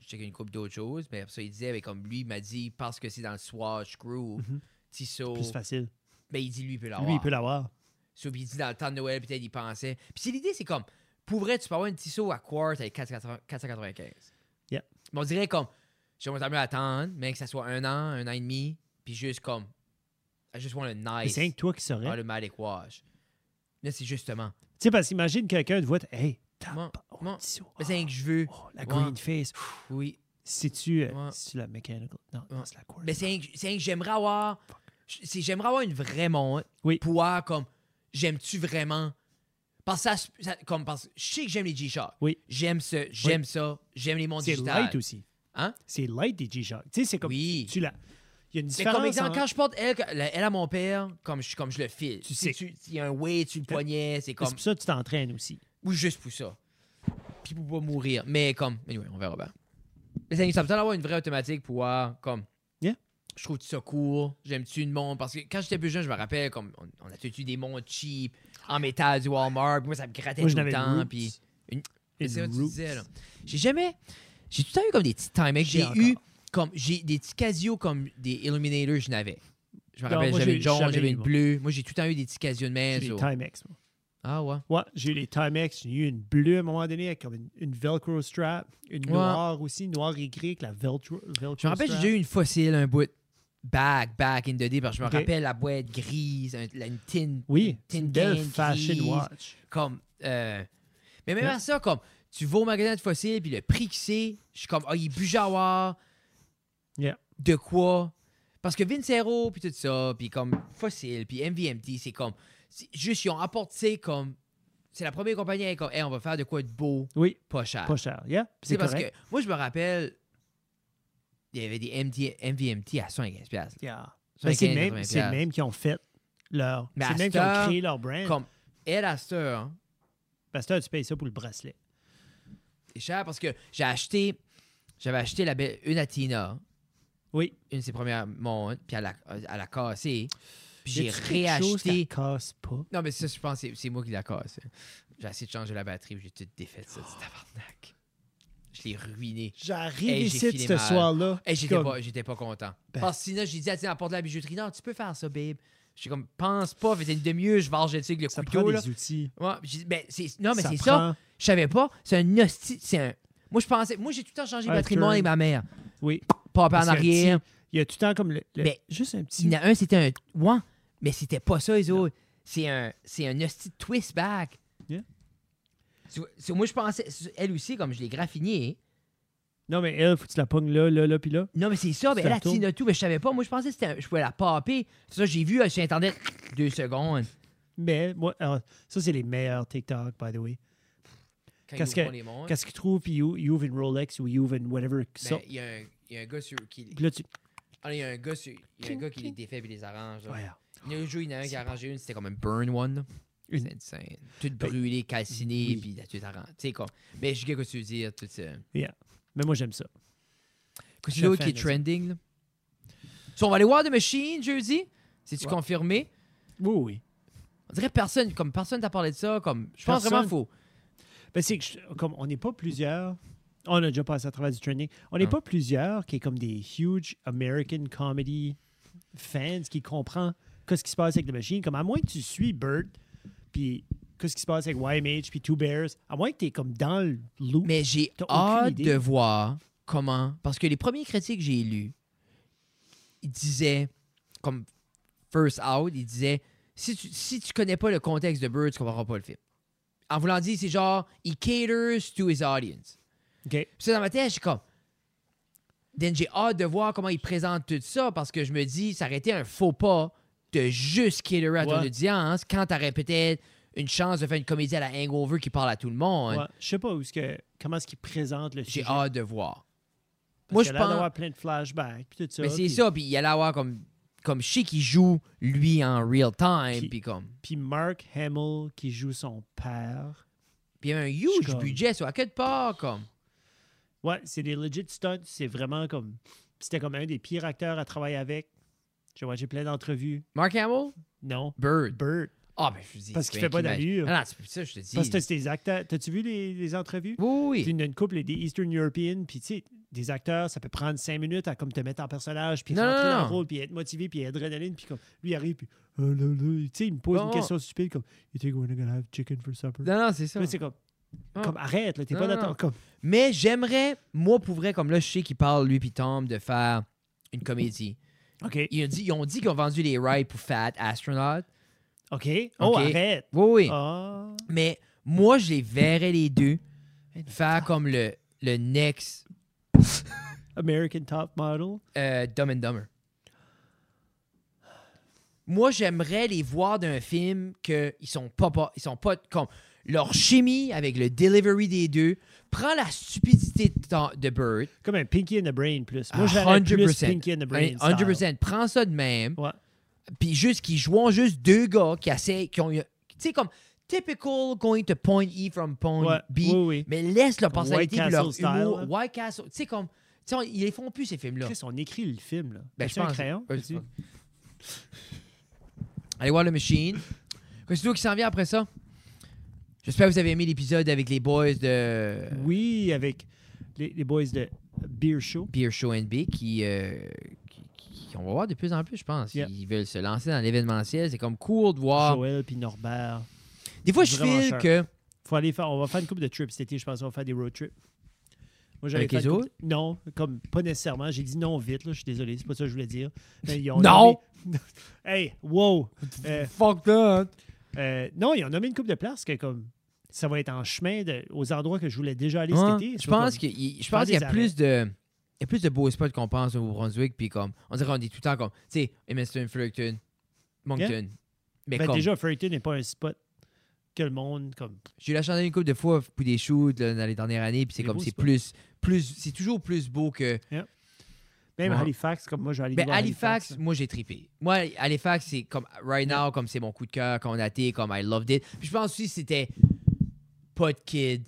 Speaker 1: je checkais une coupe d'autres choses. Mais après ça, il disait, ben, comme lui, il m'a dit, parce que c'est dans le Swatch Crew,
Speaker 3: Mhm.
Speaker 1: Tissot.
Speaker 3: Plus facile.
Speaker 1: Ben, il dit, lui, il peut l'avoir.
Speaker 3: Lui, il peut l'avoir.
Speaker 1: So, puis il dit dans le temps de Noël, peut-être il pensait. Puis c'est l'idée, c'est comme, pour vrai, tu peux avoir une Tissot à quart avec 480 495.
Speaker 3: Yeah.
Speaker 1: Mais on dirait comme, j'aimerais tant mieux attendre, mais que ça soit un an, un an et demi, puis juste comme, I just want a
Speaker 3: Mais
Speaker 1: nice ah,
Speaker 3: C'est rien que toi hein? qui saurais.
Speaker 1: automatic wash. Là, c'est justement.
Speaker 3: Tu sais, parce qu'imagine quelqu'un te voit, hey, t'as
Speaker 1: Moi,
Speaker 3: pas- oh,
Speaker 1: moi,
Speaker 3: tissu.
Speaker 1: Mais c'est rien
Speaker 3: Ah,
Speaker 1: que je veux.
Speaker 3: oh, la
Speaker 1: Ouais.
Speaker 3: green face. Pff,
Speaker 1: Oui.
Speaker 3: C'est-tu euh,
Speaker 1: Ouais.
Speaker 3: c'est-tu la mechanical? Non, non,
Speaker 1: Ouais.
Speaker 3: c'est la quartz.
Speaker 1: Mais c'est rien que c'est rien que j'aimerais avoir. c'est- J'aimerais avoir une vraie montre.
Speaker 3: Oui.
Speaker 1: Pour voir comme, j'aimes-tu vraiment? Parce que ça, se- ça- comme, parce que je sais que j'aime les G-Shock.
Speaker 3: Oui.
Speaker 1: J'aime ça, j'aime ça, j'aime les montres
Speaker 3: C'est
Speaker 1: digitales.
Speaker 3: light aussi.
Speaker 1: Hein?
Speaker 3: C'est light des G-Shock. Tu sais, c'est comme
Speaker 1: Oui.
Speaker 3: tu la. Il y a une
Speaker 1: C'est
Speaker 3: différence.
Speaker 1: comme exemple,
Speaker 3: en-
Speaker 1: quand je porte elle, que- la- elle à mon père, comme je, comme je le file.
Speaker 3: Tu
Speaker 1: Si
Speaker 3: sais.
Speaker 1: Il y a un way, tu le poignet, c'est
Speaker 3: C'est
Speaker 1: comme.
Speaker 3: pour ça que tu t'entraînes aussi.
Speaker 1: Ou juste pour ça. Puis pour pas mourir. Mais comme. Anyway, on verra bien. Mais c'est important d'avoir une vraie automatique pour voir, comme.
Speaker 3: Yeah.
Speaker 1: Je trouve ça court. J'aime-tu une montre? Parce que quand j'étais plus jeune, je me rappelle, comme, on, on a tous eu des montres cheap, en métal du Walmart. Puis Moi, ça me grattait
Speaker 3: Moi, je
Speaker 1: tout le
Speaker 3: n'avais
Speaker 1: temps.
Speaker 3: Roots.
Speaker 1: Puis.
Speaker 3: Une
Speaker 1: C'est ça que tu
Speaker 3: Roots.
Speaker 1: disais, là. J'ai jamais. J'ai tout le temps eu comme des petits timex.
Speaker 3: J'ai
Speaker 1: J'ai eu
Speaker 3: encore.
Speaker 1: comme. J'ai des petits Casio comme des Illuminators, je n'avais. Je me
Speaker 3: Non,
Speaker 1: rappelle,
Speaker 3: moi,
Speaker 1: j'avais
Speaker 3: j'ai
Speaker 1: une jaune,
Speaker 3: jamais
Speaker 1: j'avais
Speaker 3: eu,
Speaker 1: une
Speaker 3: moi.
Speaker 1: bleue. Moi, j'ai tout le temps eu des petits Casio de
Speaker 3: J'ai
Speaker 1: main.
Speaker 3: des
Speaker 1: so-
Speaker 3: Timex. moi.
Speaker 1: Ah ouais.
Speaker 3: Ouais, j'ai eu les Timex. J'ai eu une bleue à un moment donné avec comme une, une Velcro strap. Une
Speaker 1: Ouais.
Speaker 3: noire aussi, noire et gris avec la Velcro, Velcro
Speaker 1: Je me rappelle, j'ai
Speaker 3: strap.
Speaker 1: déjà eu une fossile, un bout. Back, back in the day, parce que je me
Speaker 3: Ok.
Speaker 1: rappelle la boîte grise, un- la- une tin.
Speaker 3: Oui,
Speaker 1: une tin
Speaker 3: une belle
Speaker 1: can
Speaker 3: fashion
Speaker 1: grise,
Speaker 3: watch.
Speaker 1: Comme. euh, Mais même
Speaker 3: Ouais.
Speaker 1: à ça, comme. Tu vas au magasin de fossiles, puis le prix que c'est, je suis comme, ah, il est bujawar.
Speaker 3: Yeah.
Speaker 1: de quoi. Parce que Vincero, puis tout ça, puis comme Fossil, puis MVMT, c'est comme. c'est Juste, ils ont apporté comme. C'est la première compagnie à être comme, hey, on va faire de quoi de beau,
Speaker 3: Oui,
Speaker 1: pas cher.
Speaker 3: pas cher. Yeah,
Speaker 1: c'est
Speaker 3: c'est
Speaker 1: parce
Speaker 3: correct.
Speaker 1: que moi, je me rappelle, il y avait des MD MVMT à 115$. piastres, là.
Speaker 3: Yeah. Ben, c'est le
Speaker 1: 75,
Speaker 3: même, c'est le
Speaker 1: 80.
Speaker 3: même qui ont fait leur.
Speaker 1: Mais
Speaker 3: C'est
Speaker 1: à
Speaker 3: le même qui
Speaker 1: cette heure,
Speaker 3: ont créé leur brand.
Speaker 1: Comme, elle, à cette heure, hein,
Speaker 3: Parce que là, tu payes ça pour le bracelet.
Speaker 1: c'est cher parce que j'ai acheté. J'avais acheté la belle, une Atina,
Speaker 3: Oui.
Speaker 1: une de ses premières montres, puis elle a, elle a cassé. Puis
Speaker 3: Y
Speaker 1: j'ai
Speaker 3: a-tu quelque chose
Speaker 1: réacheté.
Speaker 3: qui casse pas.
Speaker 1: Non, mais ça, je pense que c'est- c'est moi qui la casse. J'ai essayé de changer la batterie, puis j'ai tout défait ça, c'est tabarnak. Je l'ai ruiné.
Speaker 3: J'arrive
Speaker 1: Hey, j'ai
Speaker 3: ici
Speaker 1: filé
Speaker 3: ce
Speaker 1: mal.
Speaker 3: soir-là.
Speaker 1: Et j'étais
Speaker 3: comme-
Speaker 1: pas, j'étais pas content.
Speaker 3: Ben.
Speaker 1: Parce que sinon, j'ai dit, ah, tiens, apporte la bijouterie. Non, tu peux faire ça, babe. J'étais comme, pense pas, faisais une demi-heure, je vais arrêter avec le
Speaker 3: Ça prend
Speaker 1: couteau. Là.
Speaker 3: des outils.
Speaker 1: Ouais, j'ai dit, ben, c'est- non, mais
Speaker 3: Ça
Speaker 1: c'est ça.
Speaker 3: prend-
Speaker 1: Je savais pas. C'est un hostie. C'est un. Moi, je pensais. Moi, j'ai tout le temps changé de
Speaker 3: Un
Speaker 1: batterie de monde
Speaker 3: turn.
Speaker 1: avec ma mère.
Speaker 3: Oui.
Speaker 1: Papa
Speaker 3: Parce
Speaker 1: en
Speaker 3: qu'il y a un
Speaker 1: arrière.
Speaker 3: petit- Il y a tout le temps comme le. le-
Speaker 1: Ben,
Speaker 3: juste un
Speaker 1: Il
Speaker 3: petit.
Speaker 1: y en a un, c'était un. Ouais, mais c'était pas ça, les autres. C'est un, c'est un hostie de twist back.
Speaker 3: Yeah.
Speaker 1: So- so moi, je pensais. so- Elle aussi, comme je l'ai graffiné.
Speaker 3: Non, mais elle, faut que tu la pognes là, là, là, puis là.
Speaker 1: Non, mais c'est ça. Mais
Speaker 3: Tu
Speaker 1: elle
Speaker 3: la
Speaker 1: attire tout, mais je savais pas. Moi, je pensais que c'était un- je pouvais la popper. Ça, j'ai vu euh, sur Internet deux secondes.
Speaker 3: Mais moi, alors, ça, c'est les meilleurs TikTok, by the way.
Speaker 1: Quand
Speaker 3: Qu'est-ce
Speaker 1: ils ouvrent
Speaker 3: que-
Speaker 1: les montres,
Speaker 3: Qu'est-ce qu'ils trouvent, puis ils ou- ils ouvrent une Rolex ou ils ouvrent une whatever. qui
Speaker 1: ben,
Speaker 3: sort.
Speaker 1: il y a un- il y a un gars sur. Qui,
Speaker 3: Puis là, tu.
Speaker 1: ah, il y a un gars sur. Il y a un gars qui les défait et les arrange. là.
Speaker 3: Ouais.
Speaker 1: Il y a un jour, il y en a un qui a arrangé une, c'était comme un burn one. là.
Speaker 3: Une-
Speaker 1: C'était insane. Toute brûlée, calcinée,
Speaker 3: oui.
Speaker 1: puis là, tu t'arranges. Tu sais, comme. Mais je sais que tu veux dire, tout ça.
Speaker 3: Mais moi, j'aime ça.
Speaker 1: Qu'est-ce que
Speaker 3: Je
Speaker 1: l'autre qui
Speaker 3: suis
Speaker 1: est
Speaker 3: fan
Speaker 1: trending, là? So, on va aller voir The Machine jeudi. C'est-tu
Speaker 3: Ouais.
Speaker 1: confirmé?
Speaker 3: Oui, oui.
Speaker 1: On dirait personne, comme personne t'a parlé de ça, comme. Je pense vraiment
Speaker 3: Personne.
Speaker 1: faux.
Speaker 3: Ben, c'est que, je- comme on n'est pas plusieurs, on a déjà passé à travers du training, on n'est
Speaker 1: Ah.
Speaker 3: pas plusieurs qui est comme des huge American comedy fans qui comprend qu'est-ce qui se passe avec la machine. Comme à moins que tu suis Bird, puis qu'est-ce qui se passe avec YMH, puis Two Bears, à moins que tu es comme dans le loop.
Speaker 1: Mais j'ai
Speaker 3: T'as aucune
Speaker 1: hâte
Speaker 3: idée.
Speaker 1: de voir comment. Parce que les premiers critiques que j'ai lus, ils disaient, comme First Out, ils disaient si tu, si tu connais pas le contexte de Bird, tu comprendras pas le film. En voulant dire, c'est genre, he caters to his audience.
Speaker 3: OK.
Speaker 1: Puis ça, dans ma tête, je suis comme. Then j'ai hâte de voir comment il présente tout ça parce que je me dis, ça aurait été un faux pas de juste killer à ton
Speaker 3: Ouais.
Speaker 1: audience quand t'aurais peut-être une chance de faire une comédie à la hangover qui parle à tout le monde.
Speaker 3: Ouais, je sais pas où est-ce que, comment est-ce qu'ils présentent le
Speaker 1: J'ai
Speaker 3: sujet.
Speaker 1: hâte de voir.
Speaker 3: Parce
Speaker 1: moi, je
Speaker 3: qu'il a l'air
Speaker 1: pense-
Speaker 3: d'avoir plein de flashbacks, puis tout ça.
Speaker 1: Mais c'est
Speaker 3: puis-
Speaker 1: ça, puis il y a avoir comme, comme Chic qui joue lui en real time,
Speaker 3: Puis-
Speaker 1: puis comme.
Speaker 3: Puis Mark Hamill qui joue son père.
Speaker 1: Puis il y a un huge
Speaker 3: comme-
Speaker 1: budget, soit à quelque part, comme.
Speaker 3: Ouais, c'est des legit stunts. C'est vraiment comme. C'était comme un des pires acteurs à travailler avec. J'ai watché plein d'entrevues.
Speaker 1: Mark Hamill?
Speaker 3: Non.
Speaker 1: Bird.
Speaker 3: Bird.
Speaker 1: Ah, ben, je dis.
Speaker 3: Parce qu'il
Speaker 1: ben,
Speaker 3: fait pas
Speaker 1: qu'imagine-
Speaker 3: d'allure.
Speaker 1: Non, non, c'est ça, je te dis.
Speaker 3: Parce que c'est des acteurs. T'as-tu vu les, les entrevues?
Speaker 1: Oui, oui,
Speaker 3: Puis
Speaker 1: oui.
Speaker 3: Il y en a une couple, des Eastern European, puis tu sais, des acteurs, ça peut prendre cinq minutes à comme te mettre en personnage, puis
Speaker 1: Non,
Speaker 3: rentrer
Speaker 1: non,
Speaker 3: dans
Speaker 1: non.
Speaker 3: le rôle, puis être motivé, puis adrénaline, puis comme lui il arrive, puis Ah, là, là, tu sais, il me pose
Speaker 1: Non.
Speaker 3: une question stupide comme You think we're gonna have chicken for supper?
Speaker 1: Non, non, c'est ça.
Speaker 3: Là, c'est comme,
Speaker 1: Ah.
Speaker 3: comme arrête, là, t'es
Speaker 1: Non,
Speaker 3: pas
Speaker 1: non,
Speaker 3: dans ton-
Speaker 1: non.
Speaker 3: comme
Speaker 1: Mais j'aimerais, moi, pour vrai, comme là, je sais qu'il parle, lui, puis Tom, de faire une comédie.
Speaker 3: OK,
Speaker 1: Ils ont dit qu'ils ont dit qu'ils ont vendu les rides pour Fat Astronaut.
Speaker 3: OK, oh
Speaker 1: OK.
Speaker 3: arrête.
Speaker 1: Oui, oui.
Speaker 3: Ah.
Speaker 1: Mais moi, je les verrais les deux faire comme le, le next
Speaker 3: American Top Model.
Speaker 1: euh, Dumb and Dumber. Moi, j'aimerais les voir d'un film que ils sont pas, pas- ils sont pas comme leur chimie avec le delivery des deux prend la stupidité de, Tom- de Bird.
Speaker 3: Comme un Pinky in the Brain plus. Moi,
Speaker 1: à
Speaker 3: j'aurais plus
Speaker 1: 100%.
Speaker 3: Pinky in the Brain. style.
Speaker 1: 100%. Prends ça de même.
Speaker 3: Ouais.
Speaker 1: Puis juste qu'ils jouent juste deux gars qui essaient, qui ont, eu- tu sais comme typical going to point E from point
Speaker 3: Ouais.
Speaker 1: B.
Speaker 3: Oui, oui.
Speaker 1: Mais laisse leur
Speaker 3: Comme
Speaker 1: personnalité
Speaker 3: White
Speaker 1: puis leur
Speaker 3: Castle style,
Speaker 1: humour.
Speaker 3: là.
Speaker 1: White Castle. Tu sais, comme. Tu sais, on- ils les font plus, ces films-là.
Speaker 3: Chris, on écrit le film, là.
Speaker 1: Ben,
Speaker 3: As-tu un crayon?
Speaker 1: Euh,
Speaker 3: As-tu-
Speaker 1: je pense- Allez voir le Machine. Qu'est-ce qui s'en vient après ça? J'espère que vous avez aimé l'épisode avec les boys de
Speaker 3: Oui, avec les, les boys de Beer Show.
Speaker 1: Beer Show NB qui, euh, qui- qui- qui- On va voir de plus en plus, je pense.
Speaker 3: Yeah.
Speaker 1: Ils veulent se lancer dans l'événementiel. C'est comme cool de voir.
Speaker 3: Joël puis Norbert.
Speaker 1: Des fois, je
Speaker 3: Vraiment
Speaker 1: file
Speaker 3: cher.
Speaker 1: que.
Speaker 3: Faut aller faire, on va faire une couple de trips cet été, je pense. On va faire des road trips. Moi, j'avais
Speaker 1: Avec
Speaker 3: fait
Speaker 1: les
Speaker 3: une couple-
Speaker 1: autres?
Speaker 3: Non, comme pas nécessairement. J'ai dit non vite, là. Je suis désolé, c'est pas ça que je voulais dire. Mais ils ont
Speaker 1: Non!
Speaker 3: nommé- *laughs* hey, wow! Euh,
Speaker 1: Fuck that!
Speaker 3: euh, non, ils ont nommé une coupe de places que comme ça va être en chemin de- aux endroits que je voulais déjà aller cet été.
Speaker 1: Je pense
Speaker 3: que
Speaker 1: qu'il je
Speaker 3: faire
Speaker 1: pense qu'il y
Speaker 3: des
Speaker 1: a plus de il y a plus de beaux spots qu'on pense au Nouveau-Brunswick puis comme on dirait qu'on dit tout le temps comme tu sais Emerson, Fredericton, Moncton. Mais comme
Speaker 3: ben, déjà, Freighton n'est pas un spot que le monde comme.
Speaker 1: j'ai eu la chance d'aller une couple de fois pour des shoots là, dans les dernières années puis c'est
Speaker 3: Des
Speaker 1: comme
Speaker 3: beaux
Speaker 1: c'est
Speaker 3: spots.
Speaker 1: plus plus c'est toujours plus beau que
Speaker 3: Même
Speaker 1: Ouais.
Speaker 3: Halifax, comme moi, je vais aller
Speaker 1: ben,
Speaker 3: voir
Speaker 1: Halifax, moi j'ai trippé. Moi Halifax c'est comme right now comme c'est mon coup de cœur qu'on a été comme I loved it. Puis je pense aussi que c'était pas de kid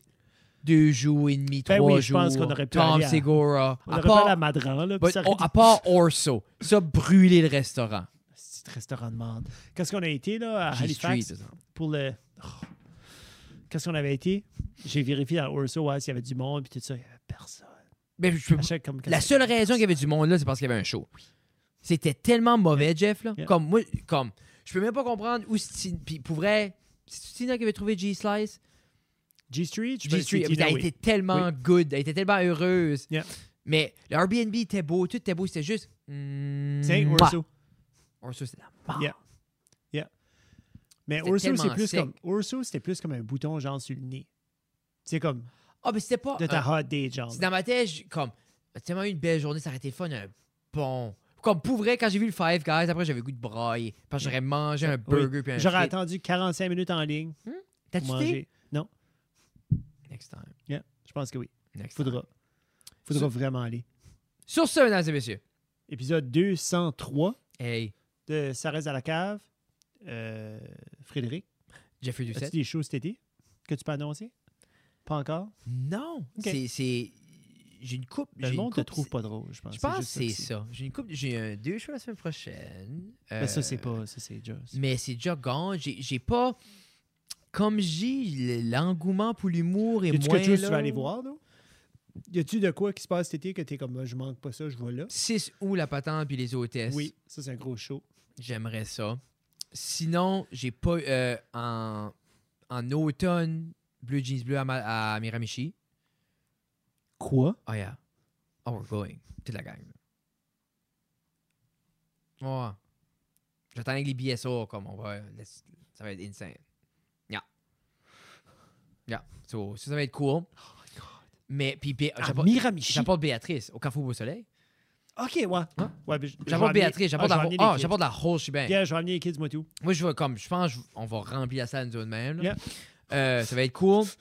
Speaker 1: deux jours et demi,
Speaker 3: Ben
Speaker 1: trois
Speaker 3: oui, je
Speaker 1: jours.
Speaker 3: pense qu'on aurait pu
Speaker 1: Tom
Speaker 3: aller à-
Speaker 1: Segura.
Speaker 3: On
Speaker 1: à
Speaker 3: aurait
Speaker 1: part-
Speaker 3: pas la Madran, là.
Speaker 1: But oh, ah.
Speaker 3: puis ça aurait
Speaker 1: on-
Speaker 3: été-
Speaker 1: à part Orso, ça brûler le restaurant.
Speaker 3: C'est un restaurant de merde. Qu'est-ce qu'on a été, là, à
Speaker 1: G Street,
Speaker 3: Halifax?
Speaker 1: par exemple.
Speaker 3: pour le. Oh. Qu'est-ce qu'on avait été? J'ai vérifié à Orso ouais, s'il y avait du monde, puis tout ça, il n'y avait personne.
Speaker 1: Mais je peux-
Speaker 3: À chaque- comme-
Speaker 1: La seule raison qu'il y avait du monde là, c'est parce qu'il y avait un show. C'était tellement mauvais, Jeff. Là.
Speaker 3: Yeah.
Speaker 1: Comme moi, comme je peux même pas comprendre où Stina- puis pour vrai, c'est Tina qui avait trouvé G Slice.
Speaker 3: G Street? je
Speaker 1: G
Speaker 3: pense
Speaker 1: Street,
Speaker 3: que
Speaker 1: elle
Speaker 3: c'est Tina,
Speaker 1: était
Speaker 3: oui.
Speaker 1: tellement good, elle était tellement heureuse.
Speaker 3: Yeah.
Speaker 1: Mais le Airbnb était beau, tout était beau, c'était juste. mm,
Speaker 3: Tiens,
Speaker 1: mouah.
Speaker 3: Orso.
Speaker 1: Orso, c'était la mort.
Speaker 3: Yeah. Mais
Speaker 1: C'était
Speaker 3: Orso, c'est
Speaker 1: tellement
Speaker 3: plus
Speaker 1: sec.
Speaker 3: comme. Orso, c'était plus comme un bouton, genre, sur le nez. C'est comme
Speaker 1: Ah, mais c'était pas.
Speaker 3: de ta
Speaker 1: un-
Speaker 3: hot day, genre.
Speaker 1: C'est dans ma tête, je- comme, j'ai tellement eu une belle journée, ça aurait été fun, un bon. Comme pour vrai, quand j'ai vu le Five Guys, après j'avais le goût de brailler. Parce que j'aurais mangé un
Speaker 3: Euh, Oui.
Speaker 1: burger puis un
Speaker 3: J'aurais
Speaker 1: frit.
Speaker 3: attendu 45 minutes en ligne
Speaker 1: T'as
Speaker 3: pour manger. Non,
Speaker 1: Next time.
Speaker 3: Yeah, je pense que oui.
Speaker 1: Next time.
Speaker 3: Faudra. Faudra vraiment aller.
Speaker 1: Sur ce, mesdames et messieurs.
Speaker 3: Épisode 203
Speaker 1: Hey,
Speaker 3: de Ça reste à la cave. Euh, Frédéric.
Speaker 1: Jeffrey Doucette.
Speaker 3: As-tu des shows cet été que tu peux annoncer? Pas encore?
Speaker 1: Non.
Speaker 3: Ok.
Speaker 1: C'est. c'est- J'ai une coupe.
Speaker 3: Le
Speaker 1: j'ai une
Speaker 3: monde te
Speaker 1: coupe-
Speaker 3: trouve pas drôle, je pense.
Speaker 1: Je pense que
Speaker 3: juste
Speaker 1: c'est
Speaker 3: ça.
Speaker 1: ça. J'ai une coupe. J'ai un- deux shows la semaine prochaine.
Speaker 3: Ben, ça,
Speaker 1: Euh,
Speaker 3: c'est pas... Ça, c'est juste...
Speaker 1: Mais c'est déjà gone. J'ai j'ai pas. Comme j'ai l'engouement pour l'humour et
Speaker 3: Y a-tu
Speaker 1: moins.
Speaker 3: quelque chose que tu vas
Speaker 1: là.
Speaker 3: aller voir, là? Y a-tu de quoi qui se passe cet été que t'es comme, Ah, je manque pas ça, je vois là?
Speaker 1: 6 août, la patente puis les hôtesses.
Speaker 3: Oui, ça, c'est un gros show.
Speaker 1: J'aimerais ça. Sinon, j'ai pas. euh, en, en automne, Blue Jeans Bleu à, Ma- à Miramichi.
Speaker 3: Quoi?
Speaker 1: Oh, yeah. Oh, we're going. Toute la gang. Ouais. J'attends que les billets sortent, comme on va. let's- ça va être insane. Yeah. Yeah. So, ça, ça va être cool. Mais, puis, Bé-
Speaker 3: Oh, Ah,
Speaker 1: j'apporte-
Speaker 3: Miramichi?
Speaker 1: j'apporte Béatrice au Carrefour Beau Soleil.
Speaker 3: OK, ouais.
Speaker 1: Hein?
Speaker 3: Ouais, ben, je- je vais
Speaker 1: J'apporte
Speaker 3: amener-
Speaker 1: Béatrice, j'apporte
Speaker 3: Ah,
Speaker 1: la,
Speaker 3: je vais
Speaker 1: ah,
Speaker 3: amener les
Speaker 1: j'apporte la whole shebang.
Speaker 3: kids. Yeah, je vais amener les kids, moi, tout.
Speaker 1: Moi, je vais comme, je pense, on va remplir la salle nous autres même. là.
Speaker 3: Yeah.
Speaker 1: Euh, ça va être cool. Ça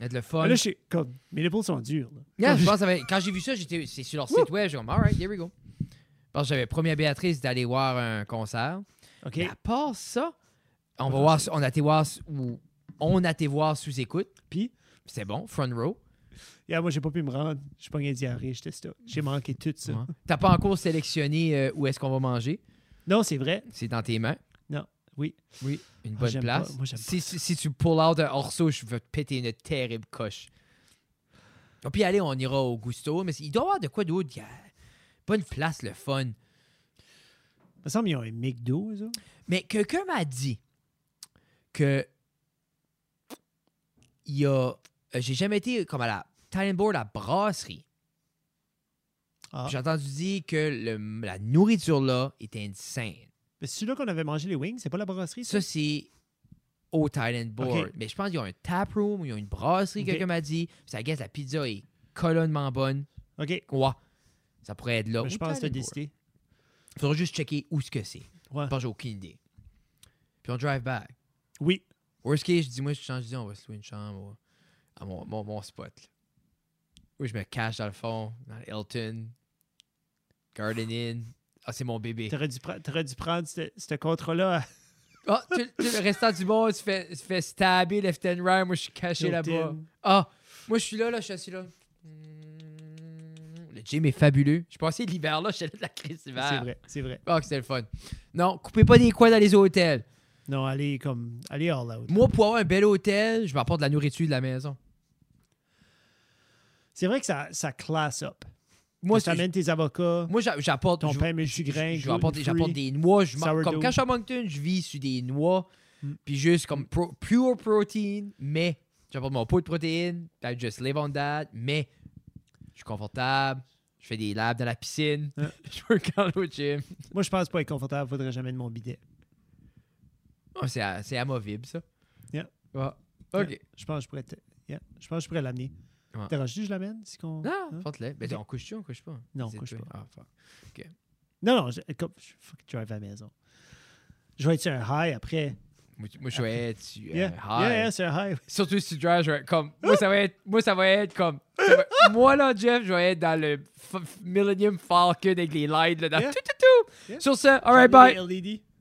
Speaker 1: va être le fun.
Speaker 3: Ah, Là, je suis comme... Mes épaules sont dures, là.
Speaker 1: Yeah, je pense que ça va être- Quand j'ai vu ça, j'étais c'est sur leur site web. J'ai comme, alright, here we go. Parce que j'avais promis à Béatrice d'aller voir un concert.
Speaker 3: OK?
Speaker 1: Mais à part ça, on va
Speaker 3: Pas
Speaker 1: voir, on a été voir, s- ou on a été voir sous écoute.
Speaker 3: Puis,
Speaker 1: C'est bon, front row.
Speaker 3: yeah, moi, j'ai pas pu me rendre. Je suis pas gagné diarrhée, j'étais ça. J'ai manqué tout ça.
Speaker 1: Ouais. T'as pas encore sélectionné euh, où est-ce qu'on va manger.
Speaker 3: Non, c'est vrai.
Speaker 1: C'est dans tes mains.
Speaker 3: Non, oui.
Speaker 1: Oui. Une
Speaker 3: Ah,
Speaker 1: bonne
Speaker 3: j'aime
Speaker 1: place.
Speaker 3: pas. Moi, j'aime
Speaker 1: si, si, si tu pull out un orso, je vais te péter une terrible coche. Et puis, allez, on ira au Gusto. Mais il doit y avoir de quoi d'autre. Il y a Bonne place, le fun.
Speaker 3: Il me semble qu'ils ont un McDo, eux autres.
Speaker 1: Mais quelqu'un m'a dit que il y a. euh, J'ai jamais été comme à la Talent Board à brasserie.
Speaker 3: Ah.
Speaker 1: J'ai entendu dire que le- la nourriture là était insane.
Speaker 3: Mais c'est celui-là qu'on avait mangé les wings, c'est pas la brasserie,
Speaker 1: Ça,
Speaker 3: ça?
Speaker 1: c'est au Thailand Board.
Speaker 3: Ok.
Speaker 1: Mais je pense qu'ils ont un tap room, ils ont une brasserie,
Speaker 3: Ok.
Speaker 1: quelqu'un m'a dit. Ça guess la pizza est colonnement bonne.
Speaker 3: OK.
Speaker 1: Quoi? Ça pourrait être là.
Speaker 3: Mais je
Speaker 1: au
Speaker 3: pense que t'as
Speaker 1: Thailand Board.
Speaker 3: décidé.
Speaker 1: Faudra juste checker où ce que c'est.
Speaker 3: Ouais.
Speaker 1: Je pense que j'ai aucune idée. Puis on drive back.
Speaker 3: Oui.
Speaker 1: Worst case, je dis, moi, je change d'idée, on va se louer une chambre au- à mon, mon, mon spot. là. Où je me cache dans le fond, dans le Hilton, Garden
Speaker 3: *sighs*
Speaker 1: Inn. Ah, c'est mon bébé.
Speaker 3: T'aurais dû, pre- t'aurais dû prendre ce,
Speaker 1: *laughs*
Speaker 3: ce contrat-là.
Speaker 1: Ah, tout, tout le restant du monde se fait, se fait stabber left and right. Moi, je suis caché là-bas. Ah, moi, je suis là, là, je suis assis là. Le gym est fabuleux. Je passais l'hiver là, je suis allé de la crise d'hiver.
Speaker 3: C'est vrai, c'est vrai.
Speaker 1: Ah, que c'est le fun. Non, coupez pas des coins dans les hôtels.
Speaker 3: Non, allez comme... Allez all out.
Speaker 1: Moi, pour avoir un bel hôtel, je m'apporte de la nourriture de la maison.
Speaker 3: C'est vrai que ça, ça classe up.
Speaker 1: Moi,
Speaker 3: Moi,
Speaker 1: c'est-
Speaker 3: t'amènes tes avocats,
Speaker 1: Moi, j'a- j'apporte.
Speaker 3: ton
Speaker 1: je-
Speaker 3: pain multigrain,
Speaker 1: je- je- j'apporte-
Speaker 3: gluten-free.
Speaker 1: J'apporte des noix. Je mange- comme
Speaker 3: sourdough.
Speaker 1: quand je suis à Moncton, je vis sur des noix.
Speaker 3: Mm.
Speaker 1: Puis juste comme pro- pure protein, mais j'apporte mon pot de protéines. I just live on that. Mais je suis confortable. Je fais des laps dans la piscine.
Speaker 3: Hein.
Speaker 1: *laughs* je workout au gym.
Speaker 3: Moi, je pense pas être confortable, faudrait jamais de mon bidet.
Speaker 1: Oh, c'est à- c'est amovible, ça.
Speaker 3: Yeah.
Speaker 1: Ouais. OK.
Speaker 3: Yeah. Je pense que je pourrais, te- yeah. je pense que je pourrais l'amener.
Speaker 1: Ouais.
Speaker 3: T'arranges-tu, je l'amène? Si qu'on-
Speaker 1: Non,
Speaker 3: Hein?
Speaker 1: porte-le. Ben,
Speaker 3: Ok.
Speaker 1: on couche-tu, on couche pas?
Speaker 3: Non, on
Speaker 1: Hésite
Speaker 3: couche pas.
Speaker 1: Ah, fuck.
Speaker 3: Non, non, je, comme, je, faut que je drive à la maison. Je vais être sur un high après.
Speaker 1: Moi, tu- moi, je vais être sur, euh,
Speaker 3: Ah, Yeah,
Speaker 1: high.
Speaker 3: yeah, yeah, sur un high.
Speaker 1: Surtout si tu drives, je vais être comme. Moi, ça va être, moi, ça va être comme. ça va- moi, là, Jeff, je vais être dans le F- F- Millennium Falcon avec les lights, là, dans
Speaker 3: Yeah.
Speaker 1: tout, tout, tout.
Speaker 3: Yeah.
Speaker 1: Sur ce, alright, bye.
Speaker 3: LED.